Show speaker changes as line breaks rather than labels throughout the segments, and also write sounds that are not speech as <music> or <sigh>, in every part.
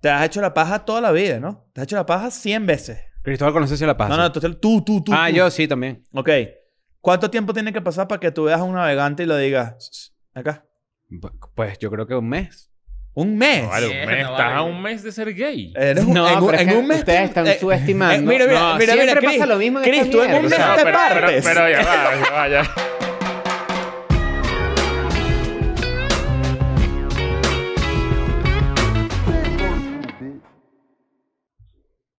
Te has hecho la paja toda la vida, ¿no? Te has hecho la paja 100 veces.
Cristóbal con la paja.
No,
Ah, sí.
no, tú, tú, tú. tú,
ah,
tú.
yo sí también.
Ok. ¿Cuánto tiempo tiene que pasar para que tú veas a un navegante y lo digas? Acá.
Pu- Pues yo creo que un mes.
¿Un mes?
No, vale, un
Sí,
mes.
no,
Estás
vale.
a un mes de ser gay.
Eres un-
No,
en, un-
pero es
en
que
un mes.
Ustedes
tú-
están
eh,
subestimando.
eh, mira, mira,
No,
mira, mira,
siempre
Chris.
pasa lo mismo en
Chris,
estas
tú en un
mierdas.
mes
Pero-
te
pero, pero,
partes.
pero ya va, ya va, ya.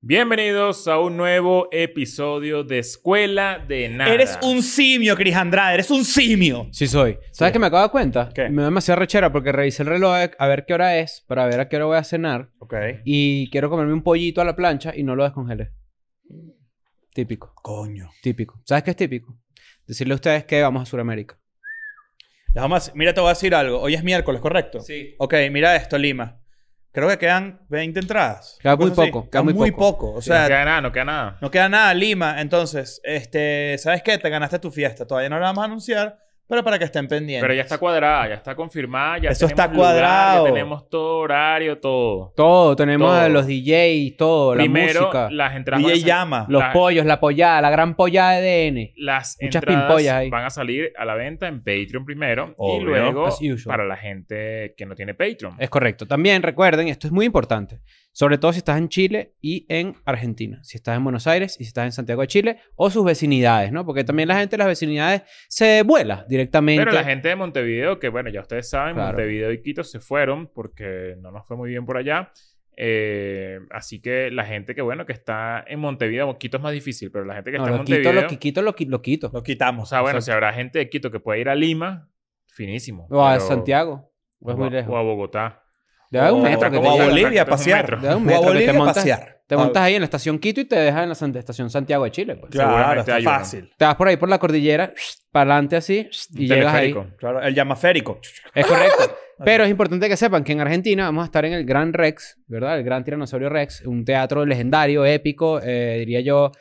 Bienvenidos a un nuevo episodio de Escuela de Nada.
Eres un simio, Cris Andrade. Eres un simio.
Sí soy. ¿Sabes qué me acabo de dar cuenta?
¿Qué?
Me da demasiada rechera porque revisé el reloj a- a ver qué hora es para ver a qué hora voy a cenar
Ok.
y quiero comerme un pollito a la plancha y no lo descongelé. Típico,
Coño.
típico. ¿Sabes qué es típico? Decirle a ustedes que vamos a Sudamérica.
Ya, vamos a- mira, te voy a decir algo. Hoy es miércoles, ¿correcto?
Sí.
Ok, mira esto, Lima. Creo que quedan 20 entradas.
Queda
Una
muy
cosa así.
poco, queda
Queda
muy
muy
poco.
poco. O
no
sea,
queda nada, no queda nada.
No queda nada, Lima. Entonces, este, ¿sabes qué? Te ganaste tu fiesta. Todavía no la vamos a anunciar, pero para que estén pendientes.
Pero ya está cuadrada, ya está confirmada, ya
Eso
tenemos
está cuadrado.
ya tenemos todo horario, todo.
Todo, tenemos
Todo.
a los DJs, todo, la
Primero,
música,
las entradas
DJ
van a ser-
llama.
los
la-
pollos, la pollada, la gran pollada de DN.
Las
Muchas
entradas
pimpollas ahí.
van a salir a la venta en Patreon primero y
Obvio.
luego
As usual.
para la gente que no tiene Patreon.
Es correcto. También recuerden, esto es muy importante, sobre todo si estás en Chile y en Argentina, si estás en Buenos Aires y si estás en Santiago de Chile o sus vecinidades, ¿no? Porque también la gente de las vecinidades se vuela directamente.
Pero la gente de Montevideo, que bueno, ya ustedes saben,
Claro.
Montevideo y Quito se fueron porque no nos fue muy bien por allá. Eh, así que la gente que bueno, que está en Montevideo, Quito es más difícil, pero la gente que
No,
está en
lo quito,
Montevideo,
lo qui- quito, lo, qui- lo quito.
Lo
o
quitamos.
sea, bueno, si habrá gente de Quito que puede ir a Lima, finísimo.
O a
pero-
Santiago. O
o
es
a,
muy
o a
lejos.
Bogotá.
Debe haber un
o-
metro que
o
te
a
lleva.
Bolí-
Bolivia a
Tanto es un
pasear.
metro.
Debe haber
O
un
a
metro que te
Bolivia a
montas-
pasear.
Te montas ahí en la estación Quito y te dejas en la san- estación Santiago de Chile. pues.
Claro,
Seguramente
está
hay uno.
fácil.
Te vas por ahí por la cordillera, para adelante así, y llegas ahí.
Teleférico.
Claro, el llamaférico.
Es
<laughs>
correcto. Pero es importante que sepan que en Argentina vamos a estar en el Gran Rex, ¿verdad? El Gran Tiranosaurio Rex, un teatro legendario, épico, eh, diría yo,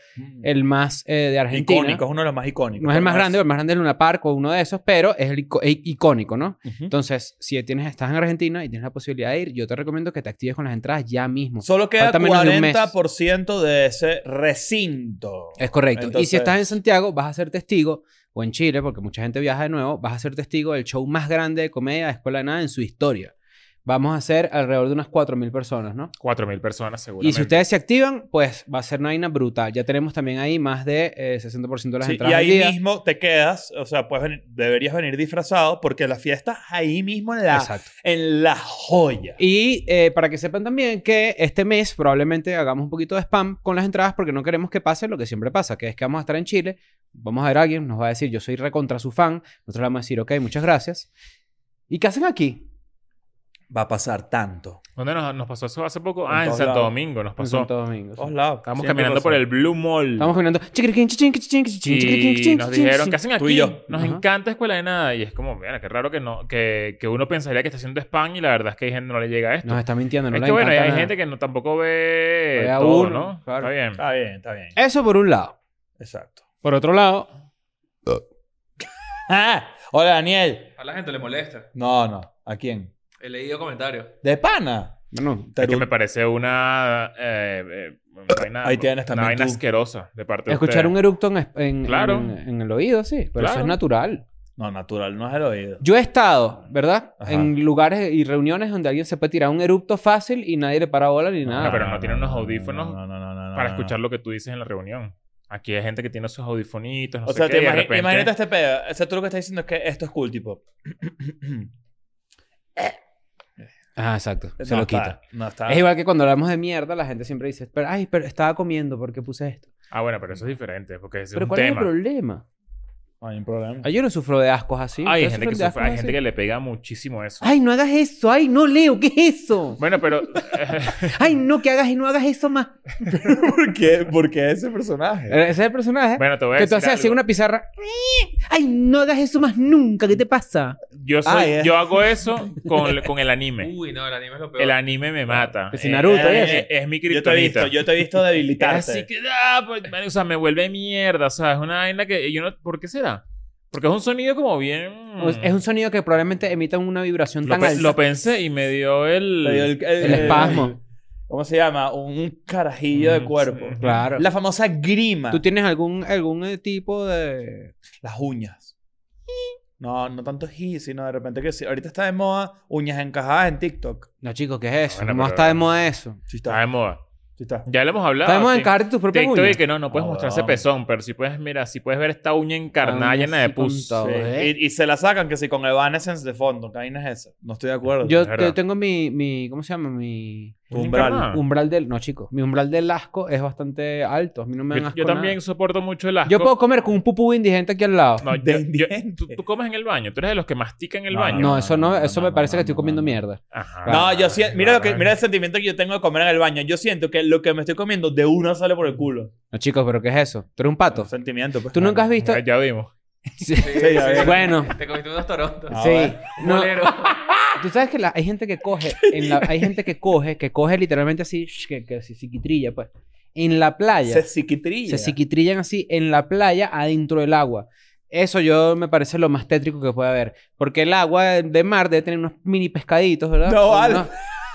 el más eh, de Argentina.
Icónico, es uno de los más icónicos.
No es el más
Pero
grande, el más grande es Luna Park o uno de esos, pero es el ico- e- icónico, ¿no?
Ujú.
Entonces, si tienes, estás en Argentina y tienes la posibilidad de ir, yo te recomiendo que te actives con las entradas ya mismo.
Solo queda
Falta menos de un mes.
40% de ese recinto.
Es correcto. Y si
Entonces-
estás en Santiago, vas a ser testigo, o en Chile, porque mucha gente viaja de nuevo, vas a ser testigo del show más grande de comedia de Escuela de Nada en su historia. Vamos a ser alrededor de unas 4.000 personas, ¿no?
4.000 personas seguramente.
Y si ustedes se activan, pues va a ser una vaina brutal. Ya tenemos también ahí más de eh, 60% de las
Sí, y
entradas
ahí
vendidas.
mismo te quedas, o sea, puedes venir- deberías venir disfrazado porque la fiesta es ahí mismo en la,
Exacto.
en la joya.
Y eh, para que sepan también que este mes probablemente hagamos un poquito de spam con las entradas porque no queremos que pase lo que siempre pasa, que es que vamos a estar en Chile, vamos a ver a alguien, nos va a decir, yo soy recontra su fan, nosotros le vamos a decir, ok, muchas gracias. ¿Y qué hacen aquí?
Va a pasar tanto.
¿Dónde nos, nos pasó eso hace poco?
En
ah, en
todos
Santo
lados.
Domingo nos
En
pasó.
Santo Domingo, sí.
Todos lados.
Estábamos
Siempre
caminando
pasa.
por el Blue Mall.
Estamos caminando. chiquiriquín, chiquín, chiquín, chiquín, chiquín, chiquín,
Y
chiquín,
nos
chiquín,
dijeron,
chiquín".
¿qué hacen aquí?
Tú y yo.
Nos
Ajá.
encanta Escuela de Nada. Y es como, mira, qué raro que no, que, que uno pensaría que está haciendo spam y la verdad es que hay gente que no le llega a esto.
Nos está mintiendo, no
es
le
que bueno, hay
encanta nada.
gente que no, tampoco ve
Ve a
todo,
uno,
¿no?
claro.
Está bien.
Está bien, está bien.
Eso por un lado.
Exacto.
Por otro lado,
Ah, hola Daniel.
A la gente le molesta.
No, no. ¿A quién?
He leído comentarios.
De pana.
bueno,
Es que me parece una... eh, eh, una vaina,
Ahí tienes
una
también
vaena
tú.
asquerosa de parte de
escuchar un
ustedes.
eructo en, es- en-
Este, Claro.
en- en el oído, sí, pero eso
Claro.
es natural.
No, natural, no es el oído.
Yo he estado, ¿verdad?
Ajá.
En lugares y reuniones donde alguien se puede tirar un eructo fácil y nadie le para bola ni nada.
No, pero no tiene unos audífonos
no, no, no, no,
para
no.
escuchar lo que tú dices en la reunión. Aquí hay gente que tiene sus audifonitos, no
O
sé
sea,
qué,
te
y de
imagi-
repente-
imagínate este pedo. O sea, tú lo que estás diciendo es que esto es cool, tipo. <clears throat>
Ah, exacto. Se
No
lo
está-
quita.
No está.
Es igual que cuando hablamos de mierda, la gente siempre dice, pero, ay, pero estaba comiendo porque puse esto.
Ah, bueno, pero eso es diferente, porque ese es
pero
un
¿cuál es el
tema.
problema?
No hay un problema.
Ay, yo no sufro de ascos así.
hay
¿Ustedes
gente, que,
sufren de
sufre-
ascos
hay gente
así?
que le pega
<laughs>
muchísimo eso.
Ay, no hagas eso. Ay, no, Leo, ¿qué es eso?
Bueno, pero...
Ay, no, que hagas y no hagas eso más.
¿Por qué? ¿Por qué ese personaje?
Ese es el personaje.
Eh. bueno, te voy a
que tú
decir
haces así en
algo.
una pizarra. Ay, no hagas eso más nunca. ¿Qué te pasa?
Yo, soy,
Ah, ya.
yo hago eso con, con
<laughs>
el anime.
Uy, no, el anime es lo peor.
El anime me mata.
Que si Naruto,
eh,
¿eh?
es, es
Yo
mi
te he
criptonita.
visto, yo te he visto
<laughs> Es
debilitarte.
Así que, ah, pues, man, o sea, me vuelve mierda. O sea, es una vaina que yo no... ¿Por qué será? Porque es un sonido como bien...
O- Es un sonido que probablemente emita una vibración
Mm. lo, eh,
tan
pe-
alta.
lo pensé y me dio el...
Te dio el,
el espasmo.
¿Cómo se llama? Un carajillo de
Mm,
cuerpo.
sí.
Claro.
La famosa
Ah.
grima.
¿Tú tienes algún, algún eh, tipo de...?
Las uñas. No, no tanto hi, sino de repente que sí. Ahorita está de moda uñas encajadas en TikTok.
No, chicos, ¿qué es eso?
Bueno,
no
pero-
está de moda eso.
Sí
Está de
está.
moda.
Sí está.
Ya lo hemos hablado.
Está de moda
sí.
encajarte tus propias
TikTok y
uñas.
que no, no puedes
Ah,
mostrarse
bueno.
pezón, pero si puedes, mira, si puedes ver esta uña
Ah,
encarnada llena de
sí, con
pus.
todo,
Sí.
¿eh?
Y, y se la sacan que sí con Evanescence de fondo. Que ahí no es esa. No estoy de acuerdo.
Yo,
Es verdad.
yo tengo mi, mi... ¿Cómo se llama? Mi...
Tu umbral.
Ah.
Umbral del... No, chicos. Mi umbral del asco es bastante alto. A mí no me dan
Yo,
asco
yo también
nada.
soporto mucho el asco.
Yo puedo comer con un pupú indigente aquí al lado.
No,
<laughs>
De
yo- yo-
indigente.
tú, tú comes en el baño. Tú eres de los que mastica en el
No,
baño.
No, eso no, eso
no,
me
no,
parece
no,
que estoy
no,
comiendo
no.
mierda.
Ajá.
No, yo siento. Mira, lo que,
Claro.
mira el sentimiento que yo tengo de comer en el baño. Yo siento que lo que me estoy comiendo de una sale por el culo.
No, chicos, pero ¿qué es eso? Tú eres un pato.
Un sentimiento. Pues,
Tú nunca has
claro.
visto.
Ya, ya vimos.
<laughs> Sí. <laughs>
Sí, ya ves.
Bueno,
Te comiste unos torontos.
Ah,
sí.
bueno.
<laughs> No,
Bolero.
tú sabes que la- hay gente que coge, en la- hay gente que coge, que coge literalmente así, sh, que, que así, siquitrilla, pues. En la playa.
Se psiquitrilla.
Se siquitrillan así en la playa adentro del agua. Eso yo me parece lo más tétrico que puede haber. Porque el agua de mar debe tener unos mini pescaditos, ¿verdad?
No,
Con
vale.
unos-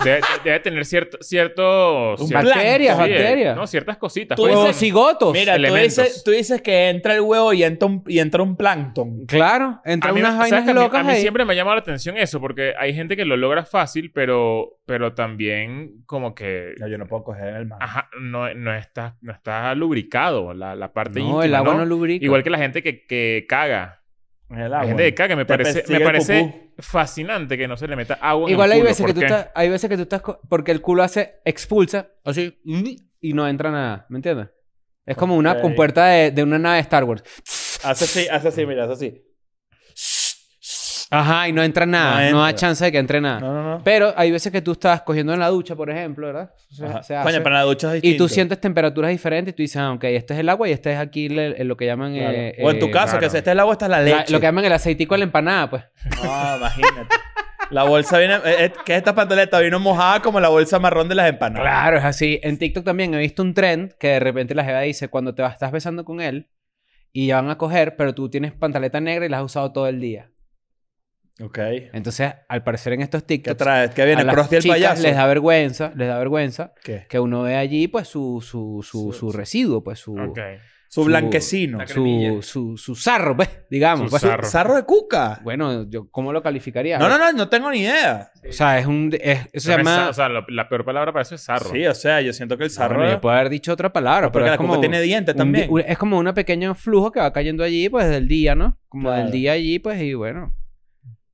Debe, debe tener cierto, cierto,
Un
cierto-
Bacterias,
sí, eh,
bacterias.
No, ciertas cositas.
Tú
pues.
Huevos,
dices-
cigotos.
Mira, tú
elementos.
dices, tú dices que entra el huevo y entra un, y entra un plancton.
Claro, entre
A mí me-
unas
¿sabes
vainas
que a mí-
locas
A mí,
ahí.
siempre me llama la atención eso, porque hay gente que lo logra fácil, pero, pero también como que...
No, yo no puedo coger en el mar.
Ajá, no, no, está, no está lubricado la, la parte
No,
íntima,
el agua no,
¿no?
lubrica. Ah,
Igual que la gente que, que caga.
En el
La
agua.
gente que caga me
Te
parece,
persigue el
me parece
pupú.
fascinante que no se le meta agua en
Igual
el
hay
culo,
veces, que
¿por
tú
qué?
estás, hay veces que tú estás... co- Porque el culo hace... Expulsa, así, mm, y no entra nada. ¿Me entiendes? Es como una
Ok.
compuerta de, de una nave de Star Wars.
Hace así, hace así, mira, hace así.
Ajá, y no entra nada. No,
No
hay
entra.
chance de que entre nada.
No, no, no.
Pero hay veces que tú estás cogiendo en la ducha, por ejemplo, ¿verdad? Se-
Ajá.
se hace.
Coño, para la ducha es
y
distinto.
tú sientes temperaturas diferentes y tú dices, ah, ok, este es el agua y este es aquí le- lo que llaman...
Claro.
eh,
o en tu
eh,
caso, que
claro.
si este es el agua, esta es la
la-
leche.
lo que llaman el aceitico de la empanada, pues.
No, imagínate. La bolsa viene... eh, eh, que esta pantaleta vino mojada como la bolsa marrón de las empanadas.
Claro, es así. En TikTok también he visto un trend que de repente la jeva dice cuando te vas- estás besando con él y ya van a coger, pero tú tienes pantaleta negra y la has usado todo el día.
Ok.
Entonces, al parecer en estos
¿Qué
TikToks
traes? ¿Qué
a
viene?
las
¿Crosti el
chicas
payaso?
les da vergüenza, les da vergüenza
¿Qué?
que uno ve allí pues su su su,
Su-
su residuo, pues su
Ok.
Su
Su-
blanquecino.
La
su,
cremilla.
su su sarro, pues, digamos,
Su
pues.
sarro.
¿Sarro de cuca?
Bueno, yo cómo lo calificaría?
No, no, no. No tengo ni idea.
O sea, es un es- eso se
No es
llama
sa- O sea, lo- la peor palabra para eso es sarro.
Sí, o sea, yo siento que el sarro...
Bueno, yo puedo haber dicho otra palabra,
porque
pero
la
es como
cuca tiene dientes
un
también.
di- un- es como un pequeño flujo que va cayendo allí, pues del día, ¿no? Como
Claro.
del día allí, pues y bueno.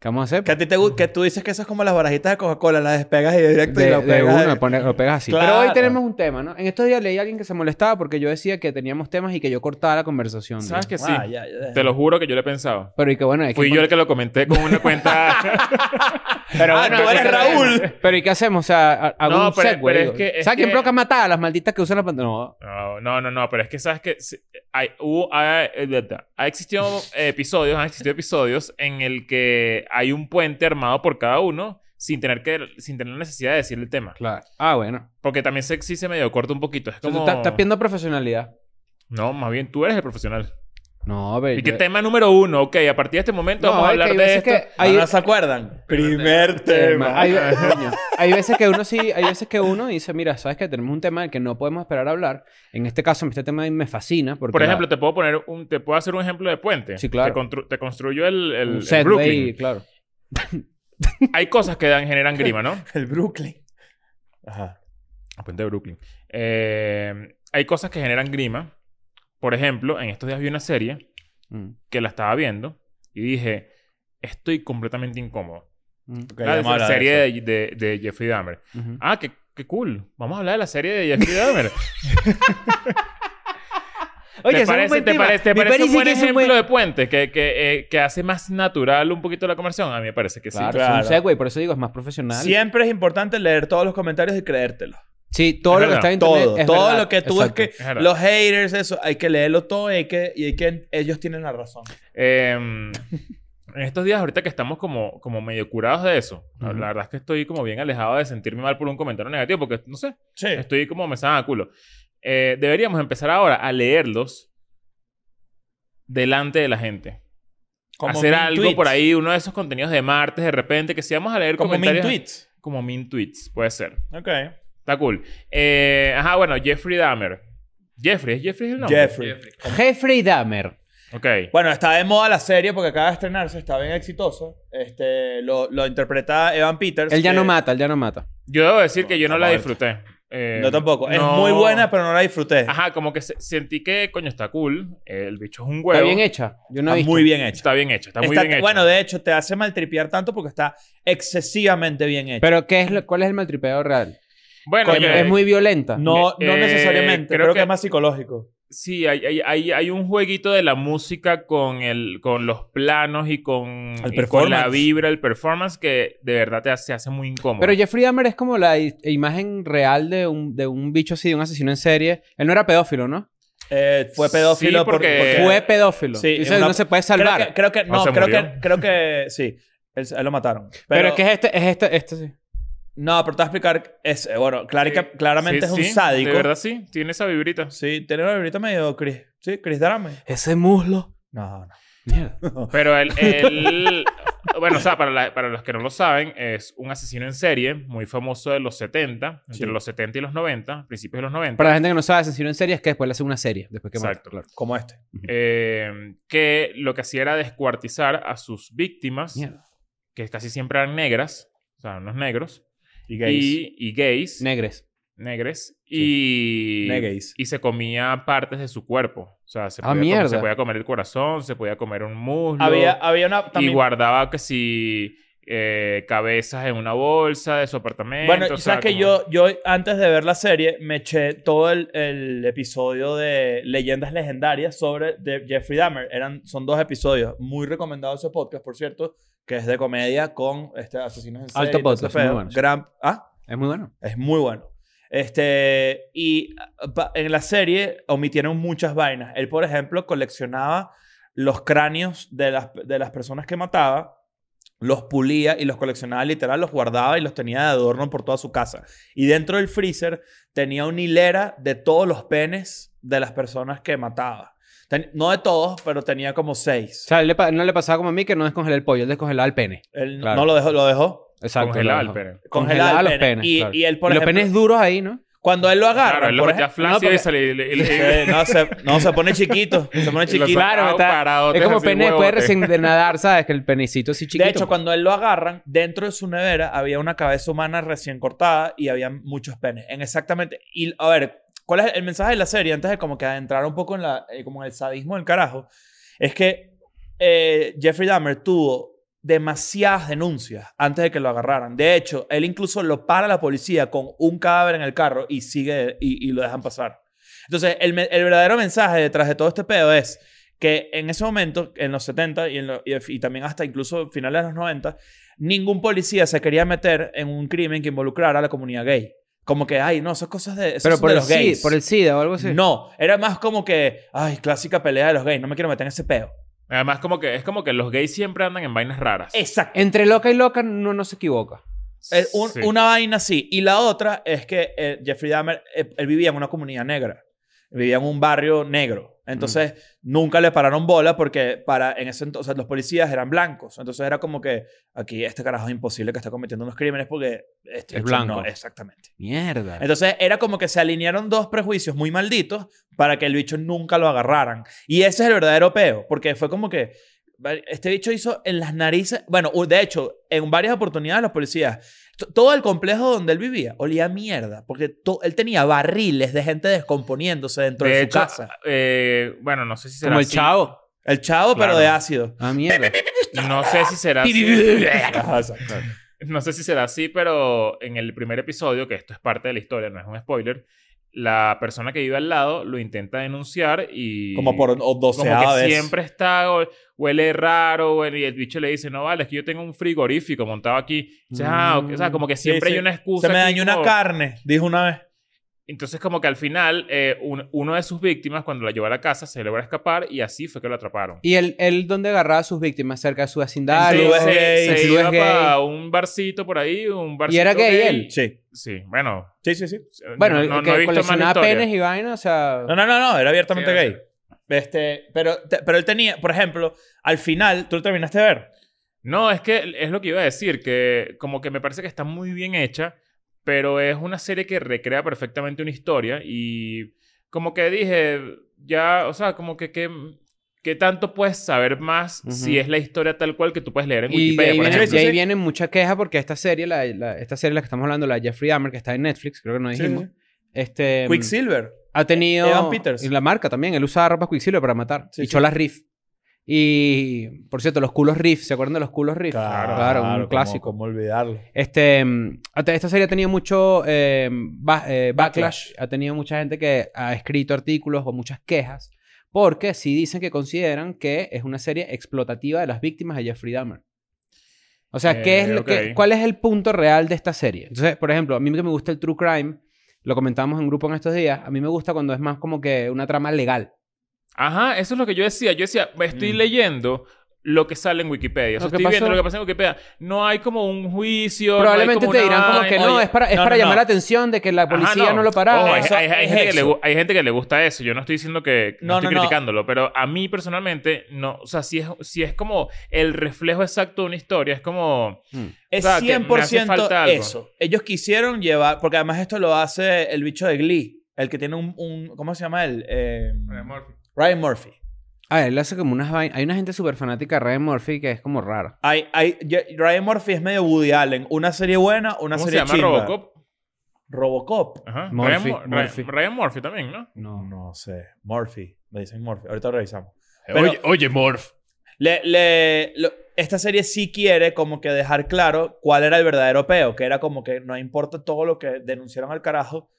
¿Qué vamos a hacer?
Que a ti te gu- que tú dices que eso es como las barajitas de Coca-Cola, las despegas y directo y
de,
lo
de
pegas.
uno, pone- lo pegas así. Pero
Claro.
hoy tenemos un tema, ¿no? En estos días leí a alguien que se molestaba porque yo decía que teníamos temas y que yo cortaba la conversación.
¿Sabes
tío.
que sí?
Ah, ya, ya.
Te lo juro que yo lo he pensado.
Pero y que bueno, hay que
Fui yo el que lo comenté con una cuenta...
<laughs> Pero
Ah, tú
¿y
eres
qué hacemos?
Raúl.
Pero ¿y qué hacemos? O sea, ha- hago
No,
un
pero-
segue,
pero es
digo.
que- es
¿Sabes quién
que-
bloca matar a las malditas que usan la pantalla? No.
No, no, no, no, pero es que sabes que si- hay, hubo, ha, eh, ha existido episodios, han existido episodios en el que hay un puente armado por cada uno sin tener que sin tener la necesidad de decir el tema,
Claro. Ah, bueno.
porque también se sí se medio corta un poquito, es
Entonces,
como
tú estás- estás pidiendo profesionalidad.
No, más bien tú eres el profesional.
No, pero
Y que
yo-
tema número uno, ok, a partir de este momento
No,
vamos a
es que
hablar
hay
de
veces
esto.
que
Ah,
hay-
¿No se acuerdan? Primer
Primer
tema.
Hay, ve- coño, hay veces que uno sí, hay veces que uno dice, mira, sabes que tenemos un tema del que no podemos esperar a hablar. En este caso, este tema me fascina porque
Por
la-
ejemplo, te puedo poner un te puedo hacer un ejemplo de puente.
Sí, claro.
Te, constru- te construyo el, el-
un
el
segue,
Brooklyn.
claro.
Hay cosas que
<laughs>
dan generan grima, ¿no?
El Brooklyn. Ajá.
El puente de Brooklyn. Eh, hay cosas que generan grima. Por ejemplo, en estos días vi una serie
Mm,
que la estaba viendo y dije, estoy completamente incómodo.
mm,
Ok,
la
vamos a hablar de
serie
eso.
de, de- de Jeffrey Dahmer.
ujú.
Ah, qué, qué cool. Vamos a hablar de la serie de
<laughs>
Jeffrey Dahmer.
Oye, ese
¿Te
es un
parece,
buen
te
tema.
parece, te
Me
parece
parece
un buen
que es un
ejemplo
buen-
de puente que, que, eh, que hace más natural un poquito la conversación? A mí me parece que sí.
Claro,
claro.
es un segue, por eso digo, es más profesional.
Siempre es importante leer todos los comentarios y creértelo.
Sí, todo
Es
lo que
verdad.
está en internet
Todo.
es
todo
verdad.
lo que tú
Exacto.
es que...
Es verdad.
Los haters, eso. Hay que leerlo todo y hay que... Y hay que ellos tienen la razón.
Eh, en estos días, ahorita que estamos como, como medio curados de eso, la-
Ujú.
la verdad es que estoy como bien alejado de sentirme mal por un comentario negativo, porque no sé,
Sí.
estoy como me sacan a culo. Eh, deberíamos empezar ahora a leerlos delante de la gente. Hacer
min
algo
tweets.
por ahí, uno de esos contenidos de martes de repente, que si vamos a leer
Como min
comentarios.
tweets.
Como min tweets, puede ser.
Ok.
Está cool. Eh, ajá, bueno, Jeffrey Dahmer. Jeffrey, ¿es Jeffrey el nombre?
Jeffrey.
Jeffrey.
Jeffrey Dahmer.
Ok.
Bueno, está de moda la serie porque acaba de estrenarse, está bien exitosa. Este, lo, lo interpreta Evan Peters.
Él ya
que-
no mata, él ya no mata.
Yo debo decir que yo no
Está
la
mal.
disfruté. Eh,
Yo tampoco. Es
no.
muy buena, pero no la disfruté.
Ajá, como que se- sentí que, coño, está cool. El bicho es un huevo.
Está bien hecha. Yo no he
está
visto.
muy bien hecha.
Está bien hecho, está muy
Está-
bien hecho.
Bueno, de hecho, te hace maltripear tanto porque está excesivamente bien hecha.
Pero ¿qué es lo- ¿cuál es el maltripeo real?
bueno
coño,
que-
es muy violenta.
no no
eh,
necesariamente.
creo
Creo,
que-
que es más psicológico.
Sí, hay, hay, hay, hay un jueguito de la música con, el, con los planos y con,
El
y con
performance.
la vibra, el performance, que de verdad te hace, se hace muy incómodo.
Pero Jeffrey Dahmer es como la i- imagen real de un, de un bicho así, de un asesino en serie. Él no era pedófilo, ¿no?
Eh, fue
Sí,
pedófilo por-
porque-
porque...
Fue pedófilo.
Eh, Sí,
Dice,
una-
no se puede salvar.
Creo que, creo que-
No,
no,
se
creo
murió.
que, creo que sí. Él, a él lo mataron. Pero,
Pero, es que es este, es este, este sí.
No, pero te voy a explicar. Es, eh, bueno, clarica-
Sí.
claramente
Sí,
es un
sí,
sádico.
De verdad sí, tiene esa vibrita.
Sí, tiene una ahorita medio Chris. Sí, Chris Drame.
Ese muslo.
No, no.
Mierda.
<laughs>
Pero él, él- bueno, o sea, para, la- para los que no lo saben, es un asesino en serie muy famoso de los 70, entre
Sí.
los 70 y los 90, principios de los 90.
Para la gente que no sabe, asesino en serie es que después le hacen una serie. Después que
Exacto.
mata.
Como este.
Eh, que lo que hacía era descuartizar a sus víctimas,
Mierda.
que casi siempre eran negras, o sea, unos negros,
Y
y, y gays,
Negres.
negres, y,
Negays.
y se comía partes de su cuerpo. O sea, se,
Ah,
podía, comer,
mierda. ah,
se podía comer el corazón, se podía comer un muslo.
Había, había una.
Y
También,
guardaba que si eh, cabezas en una bolsa de su apartamento.
bueno,
o
sabes
sea,
que
como-
yo, yo, antes de ver la serie, me eché todo el, el episodio de Leyendas Legendarias sobre de Jeffrey Dahmer. Eran, son dos episodios. Muy recomendado ese podcast, por cierto, que es de comedia con este, asesinos en serie.
Alto
y todo ese
podcast, muy
pedo.
bueno.
Gran. Ah.
Es muy bueno.
Es muy bueno. Este, y ah, pa- en la serie omitieron muchas vainas. Él, por ejemplo, coleccionaba los cráneos de las, de las personas que mataba, los pulía y los coleccionaba literal, los guardaba y los tenía de adorno por toda su casa. Y dentro del freezer tenía una hilera de todos los penes de las personas que mataba. Ten- no de todos, pero tenía como
O
seis.
sea, él le pa- no le pasaba como a mí que no descongelé el pollo, él descongelaba el pene.
Él
claro.
no lo dejó, lo dejó.
Exacto.
Congelaba
lo
el
dejó.
pene.
Congelaba,
Congelaba
el
los
pene.
penes.
Y,
claro.
y él, por
Y los
ejemplo,
penes duros ahí, ¿no?
cuando él lo agarra,
Claro, él lo metía a
no,
flash y
porque-
salía- y le- y
<laughs>
le-
Sí, no, se, no, se pone chiquito. Se pone
y <laughs> lo
chiquito.
Claro,
sacaba
está-
paradote,
Es como
así,
pene después de
huevote.
recién de nadar, ¿sabes? Que el penecito así chiquito.
De hecho, cuando él lo agarran, dentro de su nevera había una cabeza humana recién cortada y había muchos penes. En exactamente. Y a ver, ¿cuál es el mensaje de la serie? Antes de como que adentrar un poco en, la, eh, como en el sadismo del carajo, es que eh, Jeffrey Dahmer tuvo demasiadas denuncias antes de que lo agarraran. De hecho, él incluso lo para la policía con un cadáver en el carro y sigue y, y lo dejan pasar. Entonces, el, me- el verdadero mensaje detrás de todo este pedo es que en ese momento, en los 70 y, en lo- y, y también hasta incluso finales de los 90, ningún policía se quería meter en un crimen que involucrara a la comunidad gay. Como que, ay, no, esas cosas de, esas
Pero
son
por
de
el,
los
SIDA,
gays.
por el pues SIDA o algo así.
No, era más como que, ay, clásica pelea de los gays, no me quiero meter en ese pedo.
Además, como que, es como que los gays siempre andan en vainas raras.
Exacto.
Entre loca y loca no, no se equivoca.
Eh, un-
Sí.
Una vaina así. Y la otra es que eh, Jeffrey Dahmer, eh, él vivía en una comunidad negra. Vivía en un barrio negro. Entonces,
Mm.
nunca le pararon bola porque para, en ese entonces los policías eran blancos. Entonces, era como que aquí este carajo es imposible que está cometiendo unos crímenes porque este
Es
bicho no-
blanco.
exactamente.
Mierda.
Entonces, era como que se alinearon dos prejuicios muy malditos para que el bicho nunca lo agarraran. Y ese es el verdadero peo, porque fue como que va- este bicho hizo en las narices, bueno, u- de hecho, en varias oportunidades los policías, t- todo el complejo donde él vivía olía a mierda, porque to- él tenía barriles de gente descomponiéndose dentro de,
de
su
hecho,
casa.
eh, bueno, no sé si será
como el
así.
chavo.
El chavo,
Claro.
pero de ácido.
Ah, mierda.
No sé
<laughs>
si será así.
<laughs> Ajá, exacto.
No sé si será así, pero en el primer episodio, que esto es parte de la historia, no es un spoiler, la persona que vive al lado lo intenta denunciar y...
Como por o-
Como
doceava
que
vez.
siempre está, o- huele raro, huele- y el bicho le dice, no vale, es que yo tengo un frigorífico montado aquí. O sea, ah, ok, o sea, como que siempre
Mm. Sí,
hay
sí.
una excusa.
Se me
aquí
dañó una
como-
carne, dijo una vez.
Entonces como que al final, eh, un- uno de sus víctimas, cuando la llevó a la casa, se logra escapar y así fue que lo atraparon.
¿Y él, él dónde agarraba a sus víctimas? ¿Cerca de su
En
vecindario?
clubes
se,
gay,
se
en clubes
iba
gay.
para un barcito por ahí, un barcito
era gay él?
Sí.
Sí, bueno.
Sí, sí, sí.
Bueno,
no-
el
no, no
que
he visto más
coleccionaba
historia.
penes y vainas, o sea...
No, no, no, no, era abiertamente
Sí,
gay. Este, pero, te- pero él tenía, por ejemplo, al final, tú lo terminaste de ver.
No, es que es lo que iba a decir, que como que me parece que está muy bien hecha, pero es una serie que recrea perfectamente una historia y como que dije, ya, o sea, como que qué, qué tanto puedes saber más
Ujú.
si es la historia tal cual que tú puedes leer en
Y de
Wikipedia,
ahí,
por
viene,
ejemplo.
de ahí viene mucha queja porque esta serie, la, la- esta serie de la que estamos hablando, la de Jeffrey Dahmer, que está en Netflix, creo que no dijimos, este,
Quicksilver.
ha tenido...
Evan Peters.
Y la marca también, él usaba ropa Quicksilver para matar.
Sí,
y
sí.
cholas Riff. Y, por cierto, los culos Riff, ¿se acuerdan de los culos Riff? un
cómo-
clásico.
¿Cómo olvidarlo?
Este, mm, hasta esta serie ha tenido mucho eh, ba- eh, backlash.
Backlash.
ha tenido mucha gente que ha escrito artículos o muchas quejas, porque sí dicen que consideran que es una serie explotativa de las víctimas de Jeffrey Dahmer. O sea, ¿qué
Eh,
es lo que,
ok.
¿cuál es el punto real de esta serie? Entonces, por ejemplo, a mí que me gusta el True Crime, lo comentábamos en grupo en estos días, a mí me gusta cuando es más como que una trama legal.
Ajá, eso es lo que yo decía. Yo decía, me estoy
Mm.
leyendo lo que sale en Wikipedia. O sea,
Lo que
estoy viendo
pasó-
lo que pasa en Wikipedia. No hay como un juicio. no hay
Probablemente
como
te
una
dirán como que
vaina.
no,
oye,
es para, es
no,
para
no,
llamar
no.
la atención de que la
Ajá,
policía no.
no. Oh,
lo paraba.
Ojo, hay,
Eso
hay- hay
es
gente que le,
eso.
gu- hay gente que le gusta eso. Yo no estoy diciendo que... No,
No,
estoy
no, no.
criticándolo. Pero a mí personalmente, no. O sea, si es, si es como el reflejo exacto de una historia. Es como...
Mm.
Es
O sea, que me hace
100%
falta algo.
eso. Ellos quisieron llevar, porque además esto lo hace el bicho de Glee, el que tiene un, un- ¿cómo se llama él? Eh,
Ryan Murphy.
Ryan Murphy.
A ver, Ah, él hace como unas vainas. Hay una gente súper fanática de Ryan Murphy que es como rara.
Hay, hay, ya- Ryan Murphy es medio Woody Allen. Una serie buena, una
¿Cómo se
serie
llama?
chimba.
Robocop.
Robocop.
Ajá.
Murphy,
Ryan, Mur- Ryan-
Murphy.
Ryan Murphy también, ¿no?
No.
No sé. Murphy. Me dicen Murphy. Ahorita revisamos. Pero-
Oye, oye, Morph.
Le, le- lo- esta serie sí quiere como que dejar claro cuál era el verdadero peo, que era como que no importa todo lo que denunciaron al carajo,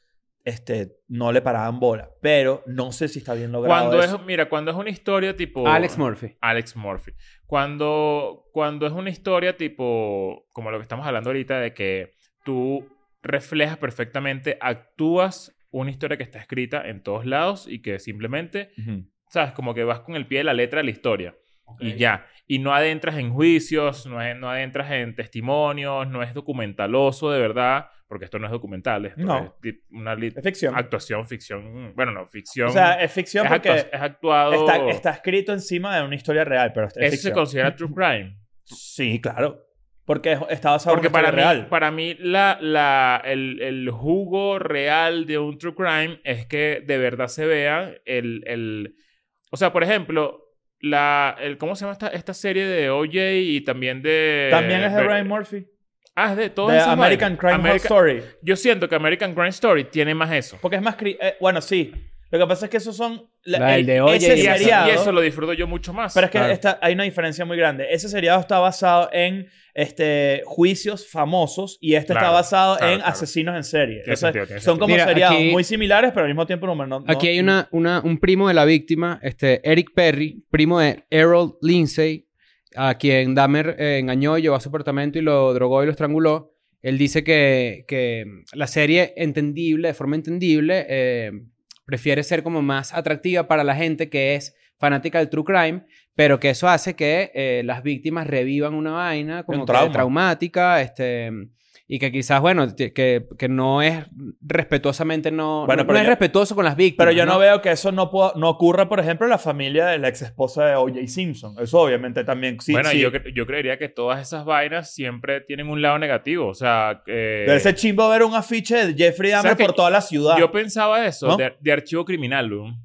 este, no le paraban bola. Pero no sé si está bien logrado
Cuando
eso.
es... Mira, cuando es una historia tipo...
Alex Murphy.
Alex Murphy. Cuando, cuando es una historia tipo, como lo que estamos hablando ahorita, de que tú reflejas perfectamente, actúas una historia que está escrita en todos lados y que simplemente,
Ujú.
sabes, como que vas con el pie de la letra de la historia.
Ok.
Y ya. Y no adentras en juicios, no, es- no adentras en testimonios, no es documentaloso de verdad, porque esto no es documental, esto
No.
es ti- una li-
Es ficción.
actuación, ficción, bueno, no, ficción.
O sea, es ficción
es,
porque
actua- es actuado.
está, está escrito encima de una historia real, pero es
eso se
ficción.
considera true crime.
Sí, claro. Porque es- está basado
Porque
en una
para
historia
mí,
real.
para mí la, la- el, el jugo real de un true crime es que de verdad se vea el... el- o sea, por ejemplo, la, el, ¿cómo se llama esta, esta serie de OJ y también de...
También es de
Ver-
Ryan Murphy.
Ah, es de pues, todo
de American Crime Horror Story.
Yo siento que American Crime Story tiene más eso.
Porque es más... cri- eh, bueno, sí. Lo que pasa es que esos son... la-
La del
el-
de Oye
ese
y
Y eso,
seriado-
y eso lo disfruto yo mucho más.
Pero es que
Claro.
está- hay una diferencia muy grande. Ese seriado está basado en este, juicios famosos y este
Claro,
está basado
claro,
en
claro.
asesinos en serie.
Tiene
Entonces,
sentido, tiene
son
sentido.
como
Mira,
seriados
aquí-
muy similares, pero al mismo tiempo no. no-
Aquí hay
no-
una, una, un primo de la víctima, este Eric Perry, primo de Errol Lindsay, a quien Dahmer eh, engañó, llevó a su apartamento y lo drogó y lo estranguló. Él dice que, que la serie entendible, de forma entendible, eh, prefiere ser como más atractiva para la gente que es fanática del true crime, pero que eso hace que eh, las víctimas revivan una vaina como
Un
que
trauma.
traumática, este, y que quizás, bueno, t- que, que no es respetuosamente, no,
Bueno,
no-
pero
no es
yo-
respetuoso con las víctimas.
Pero yo no veo que eso no, pueda- no ocurra, por ejemplo, en la familia de la ex esposa de O.J. Simpson. Eso obviamente también. Sí,
bueno,
sí.
Yo, cre- yo creería que todas esas vainas siempre tienen un lado negativo. O sea, eh,
Debe ser chimbo ver un afiche de Jeffrey
¿Sabes
Dahmer
qué?
por toda la ciudad.
Yo pensaba eso,
Ah. ¿No?
de, de archivo criminal, weón.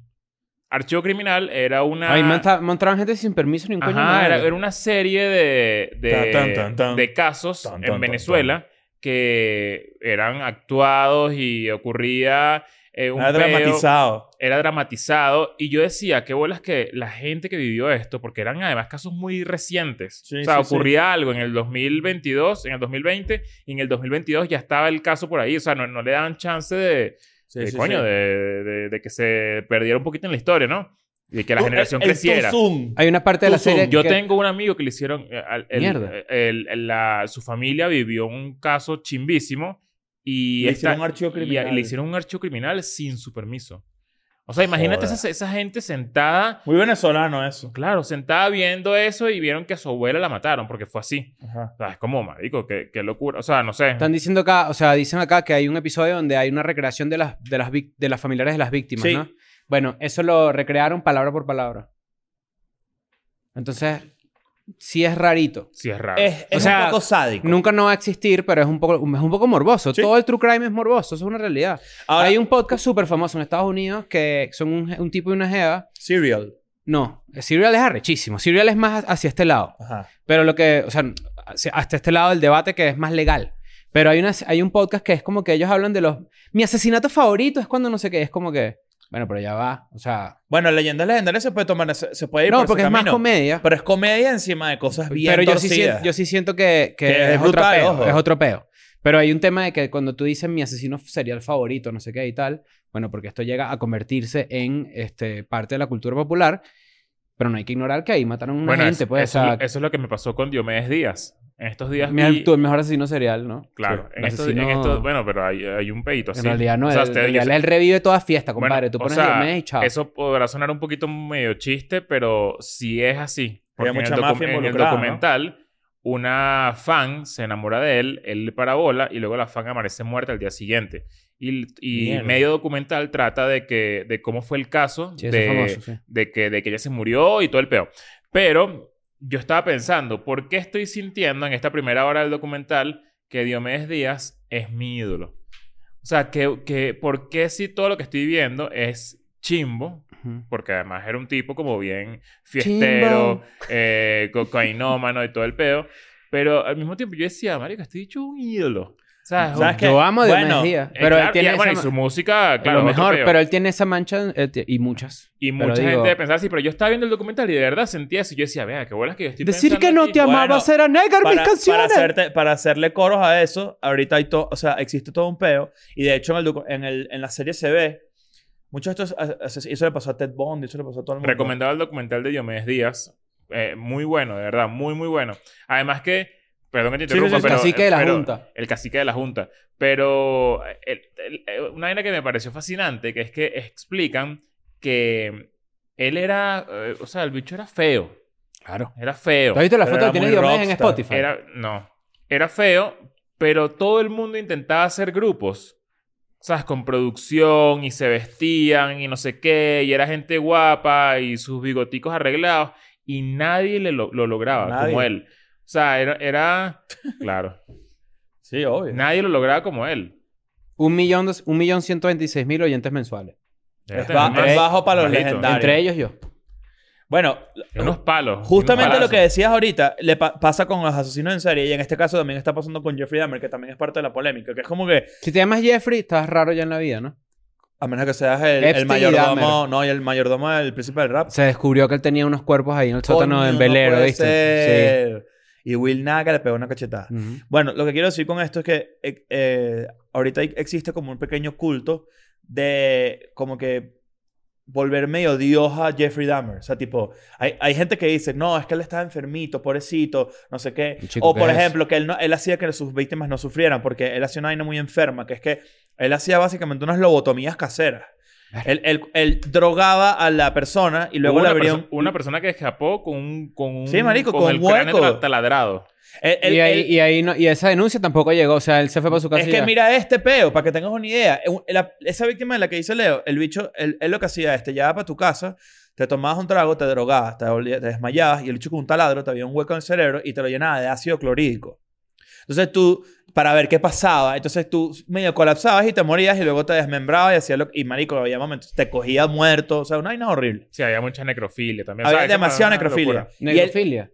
Archivo criminal era una.
Ahí monta- montaban gente sin permiso ni un coño.
Ajá,
madre.
era, era una serie de, de,
Tan, tan, tan, tan.
de casos
Tan,
en
tan,
Venezuela que eran actuados y ocurría eh, un
Nada
peo,
dramatizado.
Era dramatizado. Y yo decía, qué bolas que la gente que vivió esto, porque eran además casos muy recientes.
Sí,
o sea,
sí, sí.
ocurría algo en el 2022, en el 2020, y en el 2022 ya estaba el caso por ahí. O sea, no, no le daban chance de,
Sí,
de
sí,
Eh, coño,
sí.
De, de- de que se perdiera un poquito en la historia, ¿no? Y que la
Tú-
generación
eh,
el- el
creciera.
Zoom.
Hay una parte de
Tú
la
zoom,
serie.
Yo
que-
tengo un amigo que le hicieron. eh, al- el-
Mierda.
el- el- la- su familia vivió un caso chimbísimo y,
Le
esta-
hicieron un archivo
y-
criminal.
y le hicieron un archivo criminal sin su permiso. O sea, imagínate
Joder.
esa, esa gente sentada,
Muy venezolano eso.
claro, sentada viendo eso y vieron que a su abuela la mataron porque fue así.
Ajá.
O sea, es como, marico, qué, qué locura. O sea, no sé.
Están diciendo acá, o sea, dicen acá que hay un episodio donde hay una recreación de las, de las, vic- de las familiares de las víctimas,
Sí.
¿no? Bueno, eso lo recrearon palabra por palabra. Entonces, sí es rarito.
Sí, es raro.
Es, es
O sea,
un poco sádico.
Nunca no va a existir, pero es un poco, es un poco morboso.
Sí.
Todo el true crime es morboso, eso es una realidad.
Ahora,
Hay un podcast súper famoso en Estados Unidos que son un, un tipo y una jeva.
Serial.
No, Serial es arrechísimo. Serial es más hacia este lado.
Ajá.
Pero lo que, o sea, hacia- hasta este lado del debate que es más legal. Pero hay, una, hay un podcast que es como que ellos hablan de los... Mi asesinato favorito es cuando no sé qué, es como que... Bueno, pero ya va, o sea...
Bueno, leyendas legendarias se puede tomar, se, se puede ir
no,
por
porque
ese
es más
camino.
comedia.
Pero es comedia encima de cosas bien
pero yo sí,
torcidas.
siento, yo sí siento que, que
Que es
es,
brutal,
otro
ojo.
peo, es otro peo. Pero hay un tema de que cuando tú dices mi asesino serial favorito, no sé qué y tal, bueno, porque esto llega a convertirse en este, parte de la cultura popular, pero no hay que ignorar que ahí mataron a una
bueno,
gente,
es-
pues,
eso,
o sea,
es lo- eso es lo que me pasó con Diomedes Díaz. En estos días
mi-
vi-
tú el mejor asesino serial, ¿no?
Claro,
Sí,
en,
el
estos,
asesino-
en estos- Bueno, pero hay, hay un pedito así.
En realidad no,
Pues O sea,
el,
usted-
en
yo
realidad
sé-
él revive toda fiesta,
Bueno,
compadre. Tú
o
pones
sea,
Diomedes y chao.
Eso podrá sonar un poquito medio chiste, pero sí es así. Porque
Había
en el,
mucha
docu-
mafia
en el
involucrada, ¿no?
documental, una fan se enamora de él, él le parabola y luego la fan aparece muerta al día siguiente. Y, y
Mierda.
medio documental trata de que de cómo fue el caso
Sí, eso
de,
es famoso, sí.
de que, de que ella se murió y todo el peo. Pero yo estaba pensando, ¿por qué estoy sintiendo en esta primera hora del documental que Diomedes Díaz es mi ídolo? O sea, que, que, ¿por qué si todo lo que estoy viendo es chimbo?
Ujú.
Porque además era un tipo como bien fiestero,
Chimbo.
eh, cocainómano y todo el peo. Pero al mismo tiempo yo decía, marico, este dicho es un ídolo. O sea, es un-
¿Sabes qué?
Yo amo a Diomedes
Bueno,
Díaz,
eh,
pero
claro,
él tiene
y,
esa
bueno, y
ma-
su música, claro,
lo
otro
mejor,
peo.
pero él tiene esa mancha eh, t- y muchas.
Y
Pero
mucha
digo-
gente de pensar así, pero yo estaba viendo el documental y de verdad sentía eso. Yo decía, vea, qué bolas que yo estoy
Decir
pensando
que no
aquí".
te amaba
Bueno,
será negar mis
Para, para,
canciones.
hacerte, para hacerle coros a eso, ahorita hay todo, o sea, existe todo un peo. Y de hecho, en, el, docu- en, el- en la serie se ve, muchos de estos, as- as- eso le pasó a Ted Bond, eso le pasó a todo el mundo.
Recomendado el documental de Diomedes Díaz. Eh, muy bueno, de verdad, muy, muy bueno. Además que, perdón que te
Sí, sí,
interrumpa,
sí, sí.
pero...
Cacique de la
pero-
Junta.
El cacique de la Junta. Pero el- el- eh, una vaina que me pareció fascinante, que es que explican que él era, eh, o sea, el bicho era feo.
Claro.
Era feo.
¿Tú has visto la
Pero
foto que
era
tiene
muy
Diomedes en
rockstar.
Spotify?
Era, no. Era feo, pero todo el mundo intentaba hacer grupos. ¿Sabes? Con producción y se vestían y no sé qué. Y era gente guapa y sus bigoticos arreglados. Y nadie le lo, lo lograba
Nadie.
como él. O sea, era...
<laughs>
era claro.
Sí, obvio.
nadie lo lograba como él.
Un millón, dos- un millón ciento veintiséis mil oyentes mensuales.
Es,
Era
ba-
tremendo.
es bajo para los
Bajito.
legendarios.
Entre ellos yo.
Bueno,
Unos palos.
justamente
unos
lo que
palazos.
decías ahorita le pa- pasa con los asesinos en serie y en este caso también está pasando con Jeffrey Dahmer, que también es parte de la polémica, que es como que
Si te llamas Jeffrey, estás raro ya en la vida, ¿no?
a menos que seas el, el
Epstein y
mayordomo, no, y el mayordomo del príncipe del rap.
Se descubrió que él tenía unos cuerpos ahí en el sótano
Coño,
en
no
velero,
puede
¿viste?
ser. Y Will Naga le pegó una cachetada.
Sí. Ujú.
Bueno, lo que quiero decir con esto es que eh, eh, ahorita hay- existe como un pequeño culto de como que volver medio dios a Jeffrey Dahmer. O sea, tipo, hay, hay gente que dice, no, es que él estaba enfermito, pobrecito, no sé qué.
El chico
O,
que
por
es.
ejemplo, que él, no, él hacía que sus víctimas no sufrieran porque él hacía una vaina muy enferma, que es que él hacía básicamente unas lobotomías caseras. Él, él- él drogaba a la persona y luego
Hubo
le
una,
abría
perso- una persona que escapó con un... Con un
Sí, marico, con
el
un
cráneo
hueco.
tra- taladrado.
Él- él-
y, ahí,
él-
y ahí no- y esa denuncia tampoco llegó. O sea, él se fue para su casa.
Es
y
que
ya.
mira este peo, para que tengas una idea. Eh, un- la- esa víctima de la que dice Leo, el bicho, él, él lo que hacía es, te llevaba para tu casa, te tomabas un trago, te drogabas, te, volvías- te desmayabas y el bicho con un taladro te había un hueco en el cerebro y te lo llenaba de ácido clorhídrico. Entonces tú, para ver qué pasaba, entonces tú medio colapsabas y te morías y luego te desmembrabas y hacías lo Y marico, había momentos, te cogía muerto, o sea, una vaina horrible.
Sí, había mucha necrofilia también. O sea,
Había
eso era
demasiada
una
necrofilia.
locura.
Y él-
Necrofilia.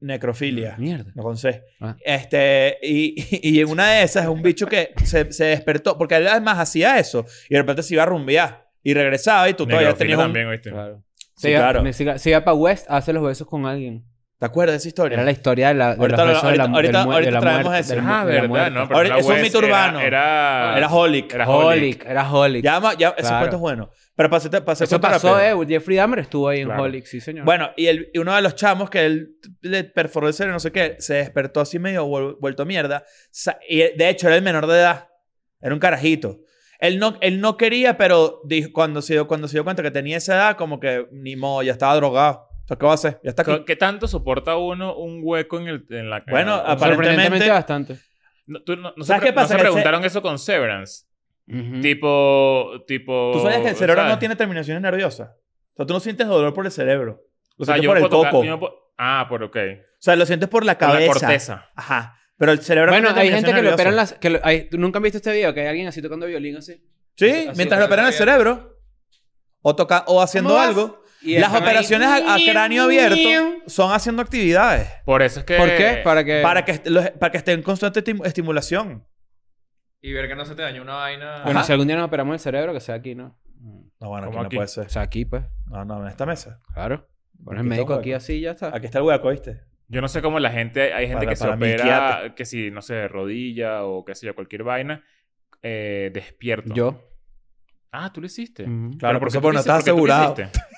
necrofilia.
Mierda.
No con C.
Ah.
Este, y, y <laughs> en una de esas es un bicho que se, se despertó, porque él además hacía eso, y de repente se iba a rumbear, y regresaba, y tú todavía
Necrofilia
tenías un...
también, ¿oíste?
Claro.
Sí,
Se iba,
claro.
me- se iba- se iba para West a hacer los besos con alguien.
¿Te acuerdas de esa historia?
Era la historia de la, de
Ahorita
los
lo-
besos de la,
ahorita-
del mu-
ahorita
de la
traemos
muerte.
eso.
del mu- de la
Ah, verdad,
muerte.
¿no?
Ahora,
la
eso es
West
mito urbano.
Era...
Era Holic.
Era
Holic, era Holic.
Ya, ma- ya, ese
Claro.
cuento es bueno. Pero para hacerte- para hacer
Eso
cuento
pasó,
rápido.
eh. Jeffrey Dahmer estuvo ahí en
Claro.
Holic, sí, señor.
Bueno, y, el, y uno de los chamos que él le perforó el cerebro, no sé qué, se despertó así medio vuel- vuelto mierda. Sa- Y eh, de hecho, era el menor de edad. Era un carajito. Él no, él no quería, pero dijo- cuando, se dio, cuando se dio cuenta que tenía esa edad, como que ni modo, ya estaba drogado. O sea, ¿qué va a hacer? Ya está aquí.
Co- ¿Qué tanto soporta uno un hueco en, el, en la cara?
Bueno, aparte-
sorprendentemente
aparentemente-
bastante.
No, tú no- no se,
¿Sabes
pre-
qué pasa? Que
no se
ese- Mm.
preguntaron eso con Severance.
Ujú.
Tipo, tipo...
Tú sabes que el cerebro
¿sabes?
no tiene terminaciones nerviosas. O sea, tú no sientes dolor por el cerebro. Lo
O sea,
sientes
yo
por el
puedo tocar-
coco.
yo no puedo- Ah, por ok.
O sea, lo sientes por la
Por
cabeza.
la corteza.
Ajá. Pero el cerebro
Bueno,
tiene
hay gente que
terminación
lo operan
nerviosa.
las... Que lo- hay- ¿tú ¿Nunca han visto este video? Que hay alguien así tocando violín así.
Sí,
así,
mientras lo
así,
operan el
así.
cerebro. O, toca, o haciendo
¿Cómo vas?
algo.
Y
Las
están ahí.
operaciones a, a cráneo abierto son haciendo actividades.
Por eso es que.
¿Por qué? Para
Eh.
que...
Para que, est- los- para que esté en constante estim- estimulación.
Y ver que no se te dañó una vaina.
Bueno,
Ajá.
si algún día nos operamos el cerebro, que sea aquí, ¿no?
No, bueno, aquí
¿Cómo
no
aquí?
poner
O sea, aquí, pues.
No, no, en esta mesa.
Claro. Pones el
Aquí
médico
está
aquí
hueco.
así y ya está.
Aquí está el hueco, ¿viste?
Yo no sé cómo la gente. Hay gente
Para-
que se
para mí,
opera,
quédate.
que si, no sé, rodilla o qué sé yo, cualquier vaina, eh, despierto.
Yo.
Ah, tú lo hiciste.
Ujú.
Mm, Claro,
Pero
por
qué
eso
tú
porque no
lo
estás
hiciste? ¿Por qué tú
asegurado.
lo hiciste? <laughs>